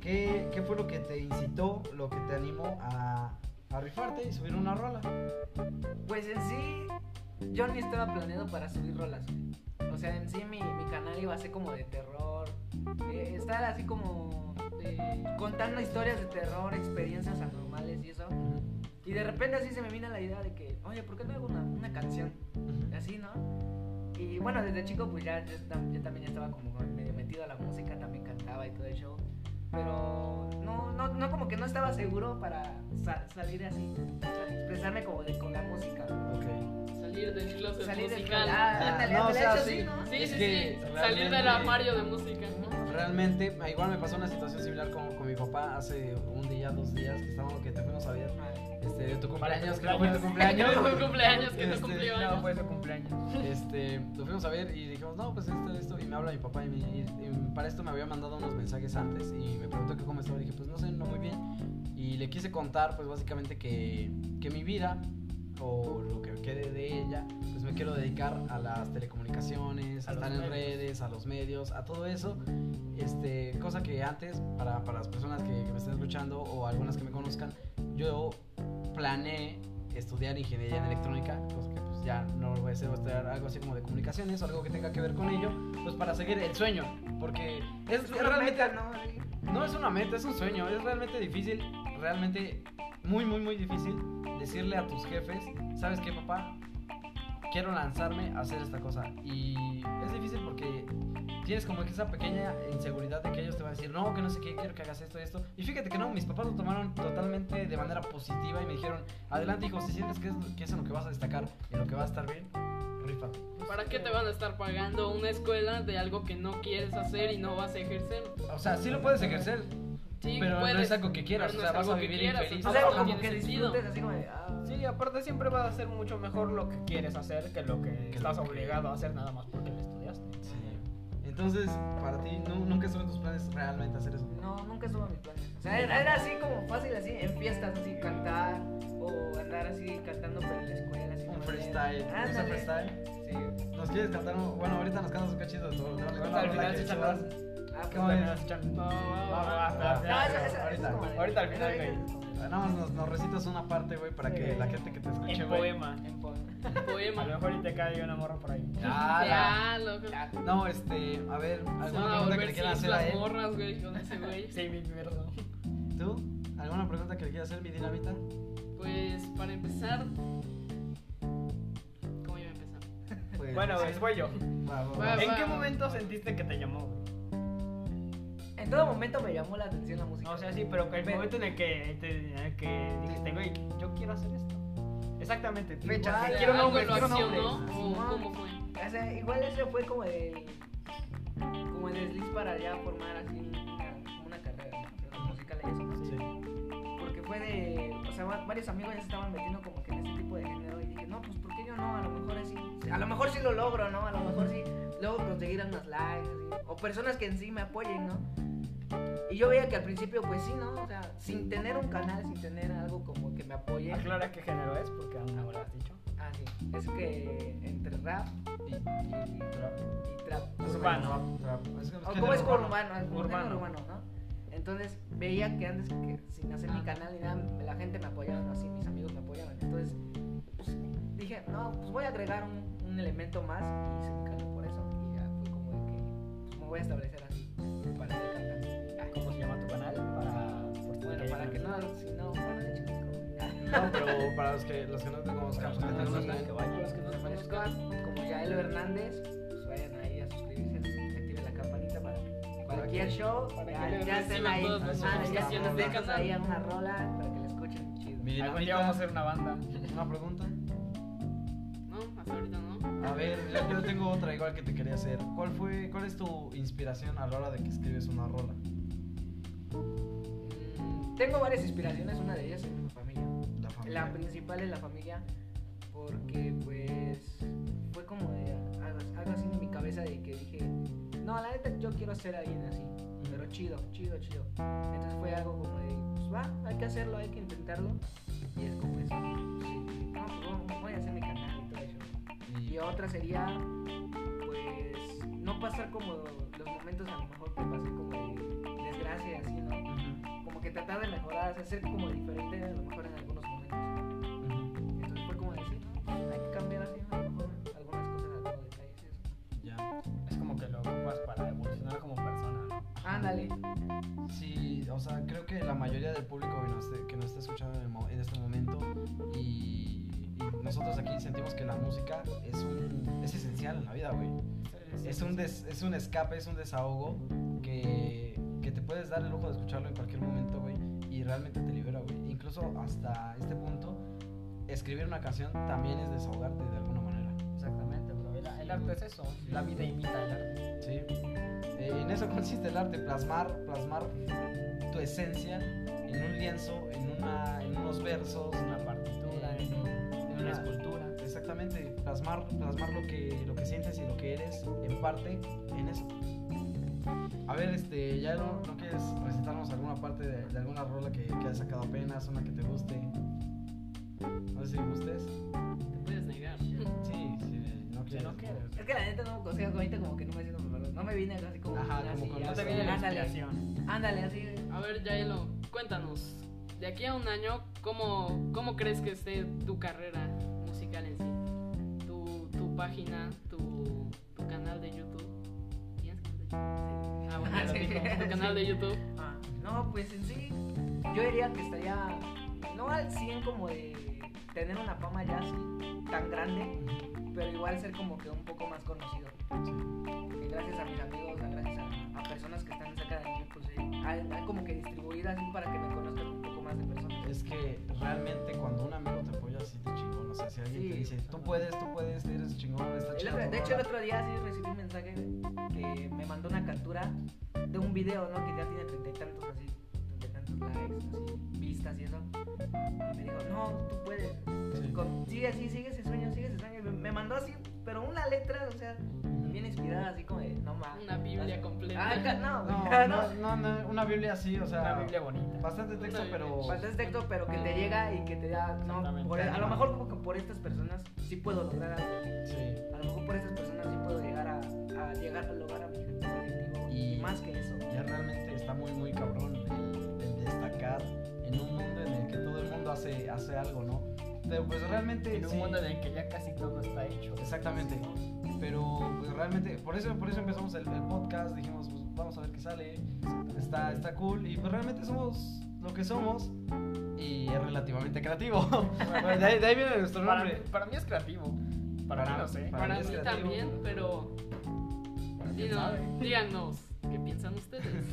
A: qué, qué fue lo que te incitó, lo que te animó a, a rifarte y subir una rola.
C: Pues en sí, yo ni estaba planeado para subir rolas. güey. O sea, en sí mi, mi canal iba a ser como de terror. eh, estar así como eh, contando historias de terror, experiencias anormales y eso. Y de repente así se me vino la idea de que, oye, ¿por qué no hago una, una canción? Así, ¿no? Y bueno, desde chico pues ya, ya tam- yo también ya estaba como medio metido a la música, también cantaba y todo el show. Pero no, no, no como que no estaba seguro para sa- salir así, o sea, expresarme como de- con la música.
A: Ok.
D: Salí salir de hilos de
C: Salir del
D: Pues, musical.
C: Ah, ándale,
A: No, o
C: ándale,
A: sea,
C: eso
A: sí.
C: sí, ¿no?
D: Sí,
A: Es
D: sí,
A: que
D: sí.
A: realmente-
D: Salir del armario de música.
A: Realmente, igual me pasó una situación similar con, con mi papá hace un día, dos días, que estábamos, que te fuimos a ver, este, de tu cumpleaños, que no fue tu cumpleaños.
D: Fue tu cumpleaños, que no
A: Este,
D: cumplió
E: No,
D: años.
E: fue su cumpleaños.
A: Este, lo fuimos a ver y dijimos, no, pues esto, esto, y me habla mi papá y, me- y- y para esto me había mandado unos mensajes antes y me preguntó que cómo estaba, y dije, pues no sé, no muy bien, y le quise contar, pues básicamente que, que mi vida, o lo que quede de ella, pues me quiero dedicar a las telecomunicaciones, a,
E: A los
A: estar
E: medios.
A: en redes, a los medios, a todo eso, este, cosa que antes, para, para las personas que, que me estén escuchando o algunas que me conozcan, yo planeé estudiar ingeniería en electrónica, cosa que pues ya no lo voy a hacer, voy a estudiar algo así como de comunicaciones, algo que tenga que ver con ello, pues para seguir el sueño, porque es,
C: Es
A: es
C: una
A: realmente
C: meta, Pues, ¿no? Sí.
A: no es una meta, es un sueño. Es realmente difícil, realmente muy, muy, muy difícil decirle a tus jefes, ¿sabes qué, papá? Quiero lanzarme a hacer esta cosa. Y es difícil porque tienes como que esa pequeña inseguridad de que ellos te van a decir, no, que no sé qué, quiero que hagas esto y esto. Y fíjate que no, mis papás lo tomaron totalmente de manera positiva y me dijeron, adelante, hijo, si sientes que es, que es en lo que vas a destacar, en lo que vas a estar bien, rífate.
D: ¿Para qué te van a estar pagando una escuela de algo que no quieres hacer y no vas a ejercer?
A: O sea, sí lo puedes ejercer,
D: Sí,
A: pero
D: puedes,
A: no es algo que quieras.
D: pero
A: o
D: no
A: sea,
D: es
A: vas a
D: algo que
A: vivir
D: quieras,
A: infeliz.
C: O
D: entonces
A: vas a
C: sea,
D: no
C: como
D: tiene
C: que
D: sentido.
C: disfrutes así como de, ah,
E: Sí, aparte siempre vas a hacer mucho mejor lo que quieres hacer que lo que estás
A: lo que-
E: obligado a hacer nada más porque lo estudiaste.
A: Sí. Entonces, para ti, nu- nunca son tus planes realmente hacer eso.
C: No, nunca estuvo en mis planes. O sea, era, era así como fácil, así en fiestas, así cantar o andar así cantando por la escuela. Así
A: Un
C: como de-
A: freestyle.
C: Ándale.
A: ¿No es el freestyle?
C: Sí.
A: ¿Nos quieres cantar un... Bueno, ahorita nos cantas un cachito de todo.
E: Al final se echan las-
C: Ah,
A: ¿Cómo
E: al
C: pues,
A: ves?
E: final se echan-
D: No, va,
E: Va,
D: va,
E: va,
D: va.
E: hasta la
C: no,
E: final.
C: esa- esa-
A: Ahorita,
C: esa es como de-
E: ahorita al final,
C: Ahorita
E: güey.
C: es como de-
A: Ah, Nada más nos, nos recitas una parte, güey, para que la gente que te escuche,
E: En
A: güey.
E: poema, en poema. A lo
D: Poema.
E: mejor y te cae una morra por ahí.
A: Ah,
D: Ya, loco. Se
A: la- No, este, a ver,
D: van
A: ¿alguna
D: a
A: pregunta que
D: volver
A: le quieras
D: cis
A: hacer a
D: las
A: él?
D: morras, güey, con ese güey.
E: Sí, mi mierda.
A: ¿Tú? ¿Alguna pregunta que le quieras hacer, mi dinamita?
D: Pues, para empezar... ¿Cómo iba a empezar?
A: Pues,
E: Bueno, güey, voy yo.
A: va, va,
D: va,
A: va.
E: ¿En
D: va.
E: qué momento sentiste que te llamó? güey?
C: En todo momento me llamó la atención la música.
E: O sea, sí, pero el
C: Ve-
E: momento en el que, te, en el que dijiste, güey, yo quiero hacer esto. Exactamente, fecha.
C: Igual,
E: sí,
D: O sea,
E: Ah, quiero
D: ¿algo
E: nombres,
D: lo
E: quiero
D: accionó
E: nombres. Ah.
D: o cómo fue?
C: O sea, igual ese fue como el. Como el desliz para ya formar así una, como una carrera ¿no? musical y eso. ¿no?
A: Sí.
C: Porque fue de. O sea, va- varios amigos ya se estaban metiendo como que en ese tipo de género. Y dije, no, pues ¿por qué yo no? A lo mejor así. A lo mejor sí lo logro, ¿no? A lo mejor sí logro conseguir unas likes. así, O personas que en sí me apoyen, ¿no? Y yo veía que al principio, pues sí, ¿no? O sea, sin tener un canal, sin tener algo como que me apoye.
E: Aclara qué género es, porque aún no me lo has dicho.
C: Ah, sí. Es que entre rap y, y trap. Y trap. más o menos.
E: Urbano.
A: Es que- es
C: O
A: que
C: como es
A: no-
C: con urbano, es como
E: Urbano.
C: género urbano, ¿no? Entonces veía que antes que sin hacer mi canal ni nada, la gente me apoyaba, ¿no? Así mis amigos me apoyaban. Entonces pues, dije, no, pues voy a agregar un, un elemento más y hice mi canal por eso. Y ya fue como de que pues, me voy a establecer así para ser cantante. Ah,
E: ¿Cómo se llama tu canal? Para, pues, por si
C: Bueno,
E: quieren-
C: para que no, si no, bueno, de hecho, como-
A: No, pero para los que, los que no te conozcan, los que te
C: Ah, sí.
A: conozcan,
E: que vayan.
C: los que no se conozcan, como Yael Hernández, pues vayan ahí a suscribirse, activen la campanita para que cualquier show,
E: para
C: ya,
E: que le
C: ya estén
D: reciban
C: ahí,
D: todas
A: las
C: ah, ya
A: notificaciones
C: se
A: del
C: dejan
D: canal.
C: ahí a una rola para que la escuchen chido.
A: mi
E: Algún día vamos a
A: dinamita,
E: hacer una banda.
A: una pregunta.
D: No, hasta ahorita no.
A: A ver, yo, yo tengo otra igual que te quería hacer. ¿Cuál fue, cuál es tu inspiración a la hora de que escribes una rola?
D: Mm,
C: Tengo varias inspiraciones, una de ellas es mi familia.
A: La familia.
C: La principal es la familia, porque pues fue como de algo, algo así en mi cabeza de que dije, no, la neta yo quiero ser alguien así, pero chido, chido, chido. Entonces fue algo como de, pues va, hay que hacerlo, hay que intentarlo. Y es como eso. Sí, dije, no, pues bueno, voy a hacer mi canal y todo eso. Y
A: Y-
C: otra sería, pues, no pasar como los momentos a lo mejor que pasé como de desgracia y así, ¿no?
A: Ujú,
C: como que tratar de mejorar, o sea, ser como diferente a lo mejor en algunos momentos.
A: ujú,
C: Entonces fue como decir, no, hay que cambiar así, a lo mejor algunas cosas, algunos detalles. eso.
A: Ya.
E: Es como que lo ocupas para evolucionar como persona. ¿no?
C: Ándale.
A: Sí, o sea, creo que la mayoría del público que nos, esté- que nos está escuchando en, el mo- en este momento y, y nosotros aquí sentimos que la música es, un, es esencial en la vida, güey. Es un, des- es un escape, es un desahogo que, que te puedes dar el lujo de escucharlo en cualquier momento, güey. Y realmente te libera, güey. Incluso hasta este punto, escribir una canción también es desahogarte de alguna manera.
E: El arte es eso. La vida imita el arte.
A: Sí. Eh, en eso consiste el arte, plasmar, plasmar tu esencia en un lienzo, en, una, en unos versos,
E: Una partitura,
A: en,
E: en
A: en
E: una
A: una-
E: escultura.
A: Exactamente, plasmar, plasmar lo, que, lo que sientes y lo que eres en parte en eso. A ver, este, ya no, no quieres recitarnos alguna parte de, de alguna rola que, que has sacado apenas, una que te guste. No sé si gustes.
D: Te puedes negar.
A: Sí, sí, no
E: Si
A: quieres.
E: no quieres.
C: Es que la neta no, o sea, ahorita como que no me siento preparado. No me vine acá así como.
A: Ajá,
C: así,
A: como con
C: ya.
E: No te
A: eso.
E: viene la
C: Ándale.
E: inspiración.
C: Ándale, así.
D: A ver, Yaelo, cuéntanos. De aquí a un año, ¿cómo, cómo crees que esté tu carrera musical en sí? Tu, tu página, tu, tu canal de YouTube. ¿Tienes canal de YouTube? Sí. Ah, bueno, ya lo
C: Sí.
D: dijo. Tu canal de YouTube.
C: Ah, no, pues en sí, yo diría que estaría no al 100 como de tener una fama ya así tan grande, pero igual ser como que un poco más conocido. Y gracias a mis amigos, a- gracias a, a personas que están cerca de mí, pues eh, hay- hay como que distribuir así para que me conozcan un poco más de personas.
A: Es que realmente cuando un amigo te apoya, sí te chingón. O sea, si alguien
C: Sí,
A: te dice,
C: o sea,
A: tú
C: no.
A: puedes, tú puedes, eres chingón, está
C: El
A: chido.
C: otro-
A: tu
C: de hecho, el
A: rola".
C: otro día sí recibí un mensaje que me mandó una captura de un video, ¿no? Que ya tiene treinta y tantos así, treinta y tantos likes, así, vistas y eso. Y me dijo, no, tú puedes.
A: Sí.
C: Con- sigue así, sigue ese sueño, sigue ese sueño. Y me- Me mandó así, pero una letra, o sea, bien inspirada, así como de, no más.
D: Una
E: Ah,
D: Biblia completa.
C: no, güey,
A: No,
C: no.
A: no, no, no, una Biblia así, o sea,
E: Una Biblia bonita.
A: bastante texto,
D: Una
A: pero
D: Biblia.
C: Falta ese texto, pero que te llega y que te da, no,
E: Exactamente.
C: por- a lo mejor como que por estas personas sí puedo lograr algo.
A: sí.
C: A lo mejor por esas personas sí puedo llegar a, a llegar al lograr a mi objetivo colectivo.
A: Y-
C: Y, más que eso.
A: ya realmente está muy muy cabrón el, el destacar en un mundo en el que todo el mundo hace, hace algo, ¿no? Pero pues realmente
E: En un
A: sí,
E: mundo en el que ya casi todo está hecho.
A: exactamente. Pero pues realmente por eso por eso empezamos el, el podcast, dijimos, pues vamos a ver qué sale. Está está cool y pues realmente somos lo que somos y es relativamente creativo. de, ahí, de ahí viene nuestro
E: Para,
A: nombre.
E: para mí es creativo. Para,
A: Para-
E: mí no sé.
A: para
D: Para
A: mí es
D: mí
A: creativo.
D: también, pero
E: Para quién
D: dinos-
E: sabe.
D: díganos, ¿qué piensan ustedes?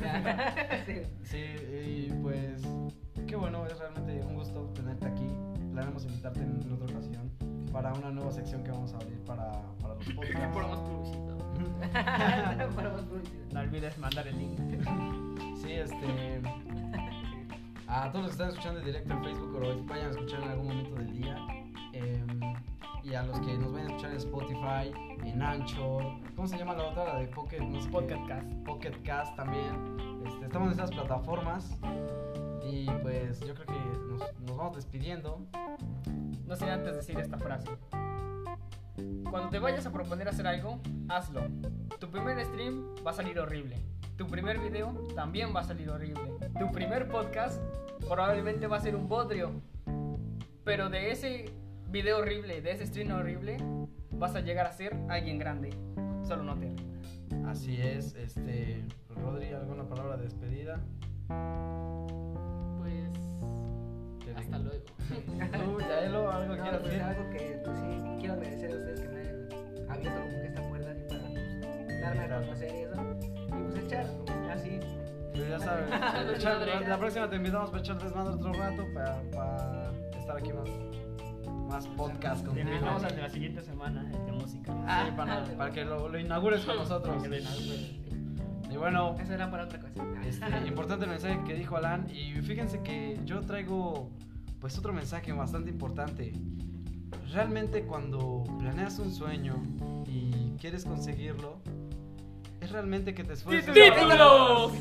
C: Sí.
A: Sí, y pues qué bueno, es realmente un gusto tenerte aquí. Planeamos invitarte en otra ocasión para una nueva sección que vamos a abrir para, para los
D: Que por más
A: podcasts.
D: publicidad.
C: Para vos, publicidad.
E: No olvides mandar el link.
A: Sí, este. A todos los que están escuchando en directo en Facebook o lo vayan a escuchar en algún momento del día. em, y a los que nos vayan a escuchar en Spotify, en Anchor. ¿Cómo se llama la otra? La de Pocket, no sé qué.
E: Podcast Cast.
A: Pocket Cast también. Este, estamos en estas plataformas. Y pues yo creo que nos, nos vamos despidiendo.
E: No sé antes decir esta frase. Cuando te vayas a proponer hacer algo, hazlo. Tu primer stream va a salir horrible. Tu primer video también va a salir horrible. Tu primer podcast probablemente va a ser un bodrio. Pero de ese video horrible, de ese stream horrible, vas a llegar a ser alguien grande. Solo no te rías.
A: Así es, este. Rodri, ¿alguna palabra de despedida?
D: Pues
A: Que de-
D: hasta luego.
A: Tú, Yaelo, algo que quieras
C: No, pues,
A: decir.
C: algo que pues, sí, quiero agradecer a ustedes que me hayan abierto como que esta puerta así para pues, darme a
A: Invitarme.
C: conocer y eso. Y pues echar, así.
A: Pues ya sabes,
D: Salud,
A: echar-
D: madre.
A: la, la próxima te invitamos para echar desmadre otro rato, para, estar aquí más, más podcast
E: Te
A: contigo.
E: invitamos al de la siguiente semana, el de música.
A: Sí, para, para que lo, lo inaugures con nosotros.
E: Que de nada, pues.
A: Y bueno,
C: Eso era para otra cosa.
A: este, importante el mensaje que dijo Alan. Y fíjense que yo traigo pues otro mensaje bastante importante. Realmente cuando planeas un sueño y quieres conseguirlo, es realmente que te esfuerces.
D: ¡Títulos!